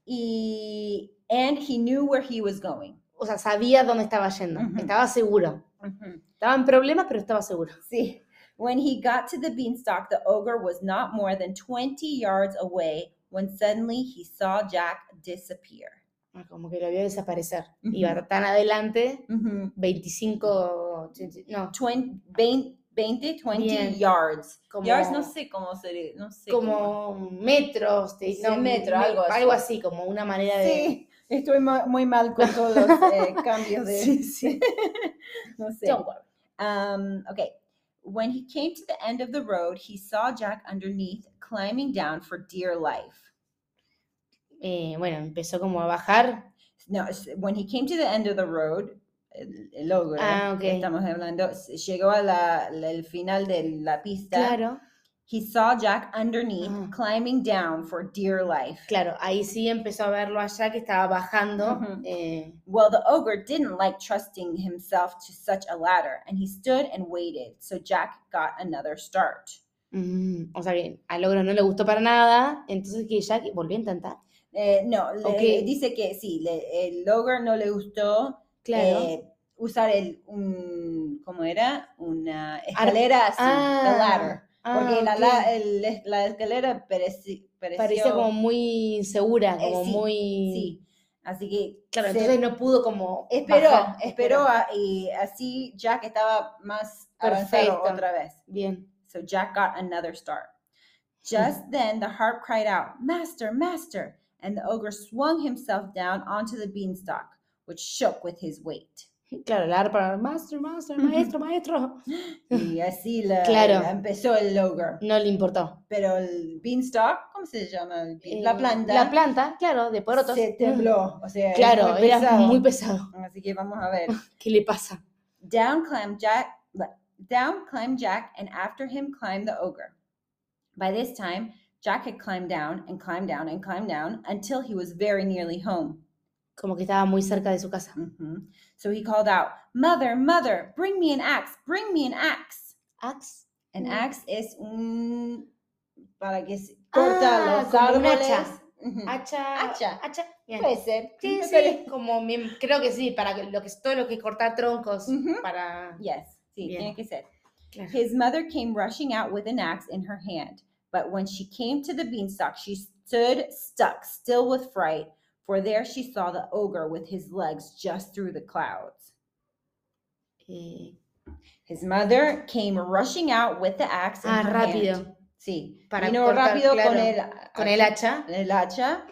Speaker 2: Y, and he knew where he was going.
Speaker 3: O sea, sabía dónde estaba yendo.
Speaker 2: Ujú.
Speaker 3: Estaba seguro.
Speaker 2: Mm-hmm.
Speaker 3: Estaba en problemas, pero estaba seguro.
Speaker 2: See, when he got to the beanstalk, the ogre was not more than 20 yards away when suddenly he saw Jack disappear.
Speaker 3: Ah, Como que lo vio desaparecer. Iba tan adelante,
Speaker 2: Mm-hmm.
Speaker 3: 25... ochenta- No,
Speaker 2: 20, 20, 20
Speaker 3: Bien.
Speaker 2: yards.
Speaker 3: Como-
Speaker 2: Yards no sé cómo se le- no sé cómo-
Speaker 3: como metros, te dicen,
Speaker 2: Sí, metro,
Speaker 3: me-
Speaker 2: algo así.
Speaker 3: algo así, como una manera de...
Speaker 2: Sí, estoy ma- muy mal con todos los eh, cambios de...
Speaker 3: Sí, sí.
Speaker 2: no sé.
Speaker 3: Don't worry.
Speaker 2: Um, okay. When he came to the end of the road, he saw Jack underneath climbing down for dear life.
Speaker 3: Eh, bueno, empezó como a bajar.
Speaker 2: No, es- when he came to the end of the road, el, el ogro,
Speaker 3: Ah,
Speaker 2: que
Speaker 3: ok.
Speaker 2: estamos hablando, s- llegó al final de la pista.
Speaker 3: Claro.
Speaker 2: He saw Jack underneath,
Speaker 3: Ah.
Speaker 2: climbing down for dear life.
Speaker 3: Claro, ahí sí empezó a verlo allá que estaba bajando.
Speaker 2: Ujú.
Speaker 3: eh,
Speaker 2: Well, the ogre didn't like trusting himself to such a ladder, and he stood and waited. So Jack got another start.
Speaker 3: mm, o sea que a Logro no le gustó para nada, entonces que Jack volvió a intentar.
Speaker 2: Eh, no, le-
Speaker 3: Ok.
Speaker 2: dice que sí, le- el ogre no le gustó eh, usar el, un, ¿cómo era? Una escalera así, Ah,
Speaker 3: ah,
Speaker 2: the ladder. Porque la, la- el es- la escalera pereci- pareció...
Speaker 3: parecía como muy insegura,
Speaker 2: Eh,
Speaker 3: como
Speaker 2: sí,
Speaker 3: muy...
Speaker 2: Sí, así que...
Speaker 3: Claro,
Speaker 2: se-
Speaker 3: entonces no pudo como...
Speaker 2: esperó,
Speaker 3: bajar,
Speaker 2: esperó, a- y así Jack estaba más avanzado
Speaker 3: Perfecto.
Speaker 2: otra vez.
Speaker 3: Bien.
Speaker 2: So Jack got another start. Just then the harp cried out, Master, Master! And the ogre swung himself down onto the beanstalk, which shook with his weight.
Speaker 3: Claro, la arpa, master, master,
Speaker 2: Ujú.
Speaker 3: maestro, maestro.
Speaker 2: Y así la,
Speaker 3: Claro.
Speaker 2: la empezó el ogre.
Speaker 3: No le importó.
Speaker 2: Pero el beanstalk, ¿cómo se llama? El bean-
Speaker 3: Eh,
Speaker 2: la planta.
Speaker 3: La planta, claro, de porotos.
Speaker 2: Se tembló. O sea,
Speaker 3: Mm.
Speaker 2: es
Speaker 3: Claro,
Speaker 2: muy
Speaker 3: era
Speaker 2: pesado.
Speaker 3: muy pesado.
Speaker 2: Así que vamos a ver.
Speaker 3: ¿Qué le pasa?
Speaker 2: Down climbed Jack. Down climbed Jack, and after him climbed the ogre. By this time, Jack had climbed down and climbed down and climbed down until he was very nearly home.
Speaker 3: Como que estaba muy cerca de su casa.
Speaker 2: Mhm. So he called out, "Mother, mother, bring me an axe! Bring me an axe!"
Speaker 3: Axe.
Speaker 2: An
Speaker 3: Mm.
Speaker 2: axe es un para que se corta
Speaker 3: Ah,
Speaker 2: los
Speaker 3: como un
Speaker 2: árboles.
Speaker 3: hacha.
Speaker 2: Ujú.
Speaker 3: Hacha.
Speaker 2: Hacha.
Speaker 3: Bien.
Speaker 2: Puede ser.
Speaker 3: Sí,
Speaker 2: me
Speaker 3: sí,
Speaker 2: parece.
Speaker 3: como mi- creo que sí, para que lo que todo lo que corta troncos
Speaker 2: Ujú.
Speaker 3: para
Speaker 2: Yes. Sí,
Speaker 3: Bien.
Speaker 2: tiene que ser.
Speaker 3: Claro.
Speaker 2: His mother came rushing out with an axe in her hand, but when she came to the beanstalk, she stood stuck, still with fright, for there she saw the ogre with his legs just through the clouds.
Speaker 3: eh,
Speaker 2: His mother came rushing out with the axe in
Speaker 3: ah,
Speaker 2: her
Speaker 3: rápido
Speaker 2: hand. Sí,
Speaker 3: Para
Speaker 2: vino
Speaker 3: cortar,
Speaker 2: rápido con,
Speaker 3: claro,
Speaker 2: el,
Speaker 3: con el hacha.
Speaker 2: el hacha,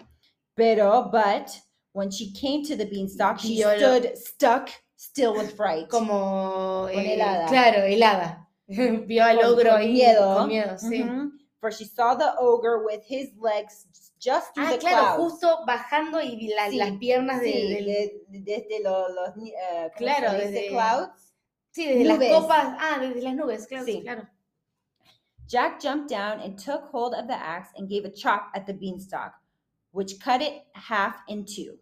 Speaker 2: pero, but, when she came to the beanstock, she
Speaker 3: Vio lo-
Speaker 2: stood stuck, still with fright.
Speaker 3: Como eh,
Speaker 2: Con helada.
Speaker 3: Claro, helada. Vio al
Speaker 2: Con-
Speaker 3: ogro
Speaker 2: con
Speaker 3: ahí
Speaker 2: miedo.
Speaker 3: con miedo, sí.
Speaker 2: Mhm. For she saw the ogre with his legs just through
Speaker 3: Ah,
Speaker 2: the
Speaker 3: claro,
Speaker 2: clouds.
Speaker 3: justo bajando y la-
Speaker 2: Sí,
Speaker 3: las piernas de,
Speaker 2: Sí,
Speaker 3: del-
Speaker 2: de- desde lo- los, ni- eh, ¿cómo se
Speaker 3: Claro,
Speaker 2: dice?
Speaker 3: desde-
Speaker 2: clouds.
Speaker 3: sí, desde
Speaker 2: nubes.
Speaker 3: las copas, ah, desde las nubes, claro,
Speaker 2: Sí.
Speaker 3: claro.
Speaker 2: Jack jumped down and took hold of the axe and gave a chop at the beanstalk, which cut it half in two.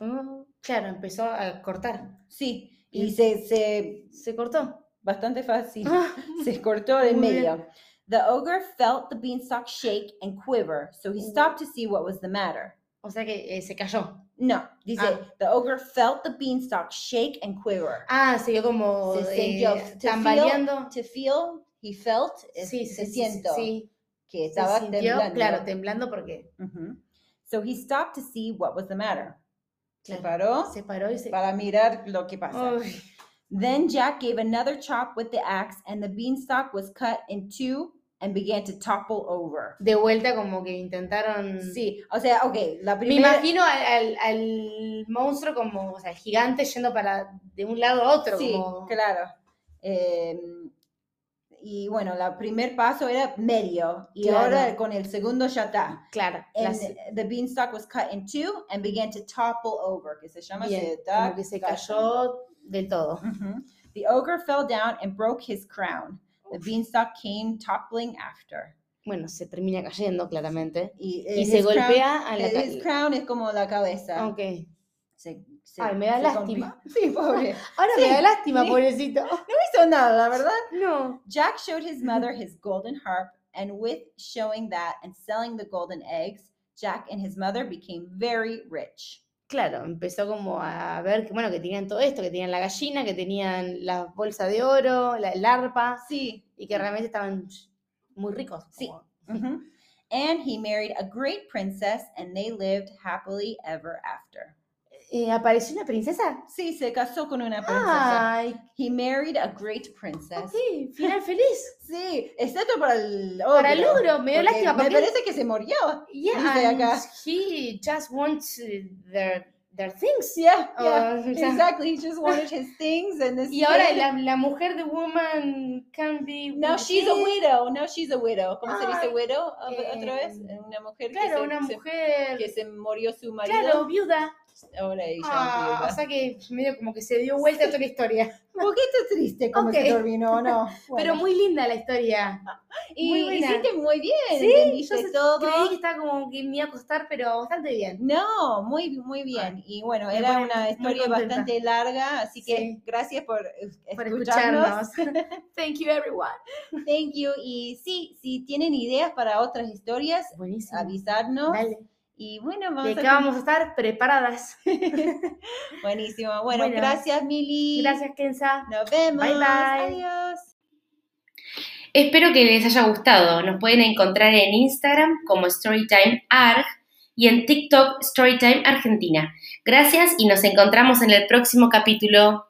Speaker 3: Mm, Claro, empezó a cortar.
Speaker 2: Sí, y
Speaker 3: Bien.
Speaker 2: se, se-
Speaker 3: Se cortó.
Speaker 2: bastante fácil.
Speaker 3: Ah,
Speaker 2: se cortó en
Speaker 3: Muy
Speaker 2: medio. The ogre felt the beanstalk shake and quiver, so he
Speaker 3: Mm.
Speaker 2: stopped to see what was the matter.
Speaker 3: o sea que eh, se cayó.
Speaker 2: No, dice,
Speaker 3: Ah.
Speaker 2: the ogre felt the beanstalk shake and quiver.
Speaker 3: Ah, se vio como
Speaker 2: Se
Speaker 3: eh,
Speaker 2: sintió. To feel-
Speaker 3: tambaleando.
Speaker 2: To feel, he felt, es-
Speaker 3: Sí,
Speaker 2: se
Speaker 3: se
Speaker 2: siento
Speaker 3: Sí,
Speaker 2: que
Speaker 3: se
Speaker 2: estaba
Speaker 3: sintió,
Speaker 2: temblando.
Speaker 3: claro, temblando porque
Speaker 2: Ujú. So he stopped to see what was the matter. Se
Speaker 3: Claro.
Speaker 2: paró
Speaker 3: se paró y se...
Speaker 2: para mirar lo que pasa.
Speaker 3: Uy,
Speaker 2: Then Jack gave another chop with the axe and the beanstalk was cut in two and began to topple over.
Speaker 3: De vuelta como que intentaron...
Speaker 2: Sí, o sea, ok, la
Speaker 3: Mm. Me
Speaker 2: primera...
Speaker 3: imagino al, al- al monstruo como, o sea, el gigante yendo para de un lado a otro.
Speaker 2: sí,
Speaker 3: como-
Speaker 2: claro. Em, y bueno, el primer paso era medio, y
Speaker 3: Claro.
Speaker 2: ahora con el segundo ya está.
Speaker 3: claro.
Speaker 2: And
Speaker 3: las-
Speaker 2: the beanstalk was cut in two and began to topple over, que se llama
Speaker 3: bien,
Speaker 2: se está
Speaker 3: como que se
Speaker 2: cayendo.
Speaker 3: cayó del todo.
Speaker 2: Mhm. The ogre fell down and broke his crown. The beanstalk came toppling after.
Speaker 3: Bueno, se termina cayendo claramente.
Speaker 2: Y, eh,
Speaker 3: Y se
Speaker 2: his crown-
Speaker 3: golpea a la
Speaker 2: eh, His
Speaker 3: cabeza.
Speaker 2: crown es como la cabeza.
Speaker 3: Ok.
Speaker 2: Se- se-
Speaker 3: Ay, me da
Speaker 2: se
Speaker 3: lástima.
Speaker 2: compi- Sí, pobre. No
Speaker 3: Ahora me
Speaker 2: Sí,
Speaker 3: da lástima,
Speaker 2: sí.
Speaker 3: pobrecito.
Speaker 2: hizo nada, la verdad.
Speaker 3: No.
Speaker 2: Jack showed his mother his golden harp, and with showing that and selling the golden eggs, Jack and his mother became very rich.
Speaker 3: Claro, empezó como a ver que, bueno, que tenían todo esto, que tenían la gallina, que tenían las bolsas de oro, la, el arpa,
Speaker 2: Sí.
Speaker 3: y que realmente estaban muy ricos.
Speaker 2: Sí.
Speaker 3: como-
Speaker 2: Mhm. And he married a great princess, and they lived happily ever after.
Speaker 3: Eh, ¿Apareció una princesa?
Speaker 2: Sí, se casó con una princesa.
Speaker 3: Ay,
Speaker 2: Ah. He married a great princess.
Speaker 3: ok, final feliz.
Speaker 2: Sí, excepto para el ogro.
Speaker 3: Para el logro, me
Speaker 2: porque
Speaker 3: dio lástima.
Speaker 2: Me
Speaker 3: porque-
Speaker 2: parece que se murió.
Speaker 3: Yeah,
Speaker 2: dice
Speaker 3: and
Speaker 2: acá.
Speaker 3: he just wants eh, their, their things.
Speaker 2: Yeah, yeah.
Speaker 3: Oh, o sea,
Speaker 2: Exactly. He just wanted his things and this.
Speaker 3: Y ahora
Speaker 2: kid.
Speaker 3: la, la mujer de Woman Can Be.
Speaker 2: Now
Speaker 3: with
Speaker 2: she's a
Speaker 3: Kids.
Speaker 2: widow. Now she's a widow. ¿Cómo se
Speaker 3: Ay,
Speaker 2: dice widow? O- Otra vez. Eh,
Speaker 3: em,
Speaker 2: Una mujer que,
Speaker 3: Ah, Claro,
Speaker 2: se,
Speaker 3: una
Speaker 2: se-
Speaker 3: mujer.
Speaker 2: que se murió su marido.
Speaker 3: Claro, viuda.
Speaker 2: Ahora ella es
Speaker 3: Ah,
Speaker 2: viuda.
Speaker 3: o sea que medio como que se dio vuelta a toda la historia.
Speaker 2: Un poquito triste como
Speaker 3: Ok.
Speaker 2: se terminó, ¿no?
Speaker 3: Pero
Speaker 2: Bueno.
Speaker 3: muy linda la historia.
Speaker 2: y
Speaker 3: muy buena.
Speaker 2: hiciste muy bien,
Speaker 3: Sí,
Speaker 2: entendiste
Speaker 3: Yo
Speaker 2: todo.
Speaker 3: creí que estaba como que me iba a costar, pero bastante bien.
Speaker 2: No, muy, muy bien. Y bueno,
Speaker 3: me
Speaker 2: era
Speaker 3: pone
Speaker 2: una
Speaker 3: muy
Speaker 2: historia
Speaker 3: contenta.
Speaker 2: bastante larga, así que
Speaker 3: Sí.
Speaker 2: gracias por, eh,
Speaker 3: Por
Speaker 2: escucharnos.
Speaker 3: escucharnos. Thank you, everyone.
Speaker 2: Thank you. Y sí, si tienen ideas para otras historias,
Speaker 3: Buenísimo.
Speaker 2: avisarnos.
Speaker 3: Dale.
Speaker 2: Y bueno,
Speaker 3: Y
Speaker 2: vamos
Speaker 3: acá
Speaker 2: a...
Speaker 3: vamos a estar preparadas.
Speaker 2: Buenísimo. Bueno,
Speaker 3: Bueno.
Speaker 2: gracias, Mili.
Speaker 3: Gracias, Kenza.
Speaker 2: Nos vemos.
Speaker 3: Bye, bye.
Speaker 2: Adiós.
Speaker 1: Espero que les haya gustado. Nos pueden encontrar en Instagram como StorytimeArg y en TikTok Storytime Argentina. Gracias y nos encontramos en el próximo capítulo.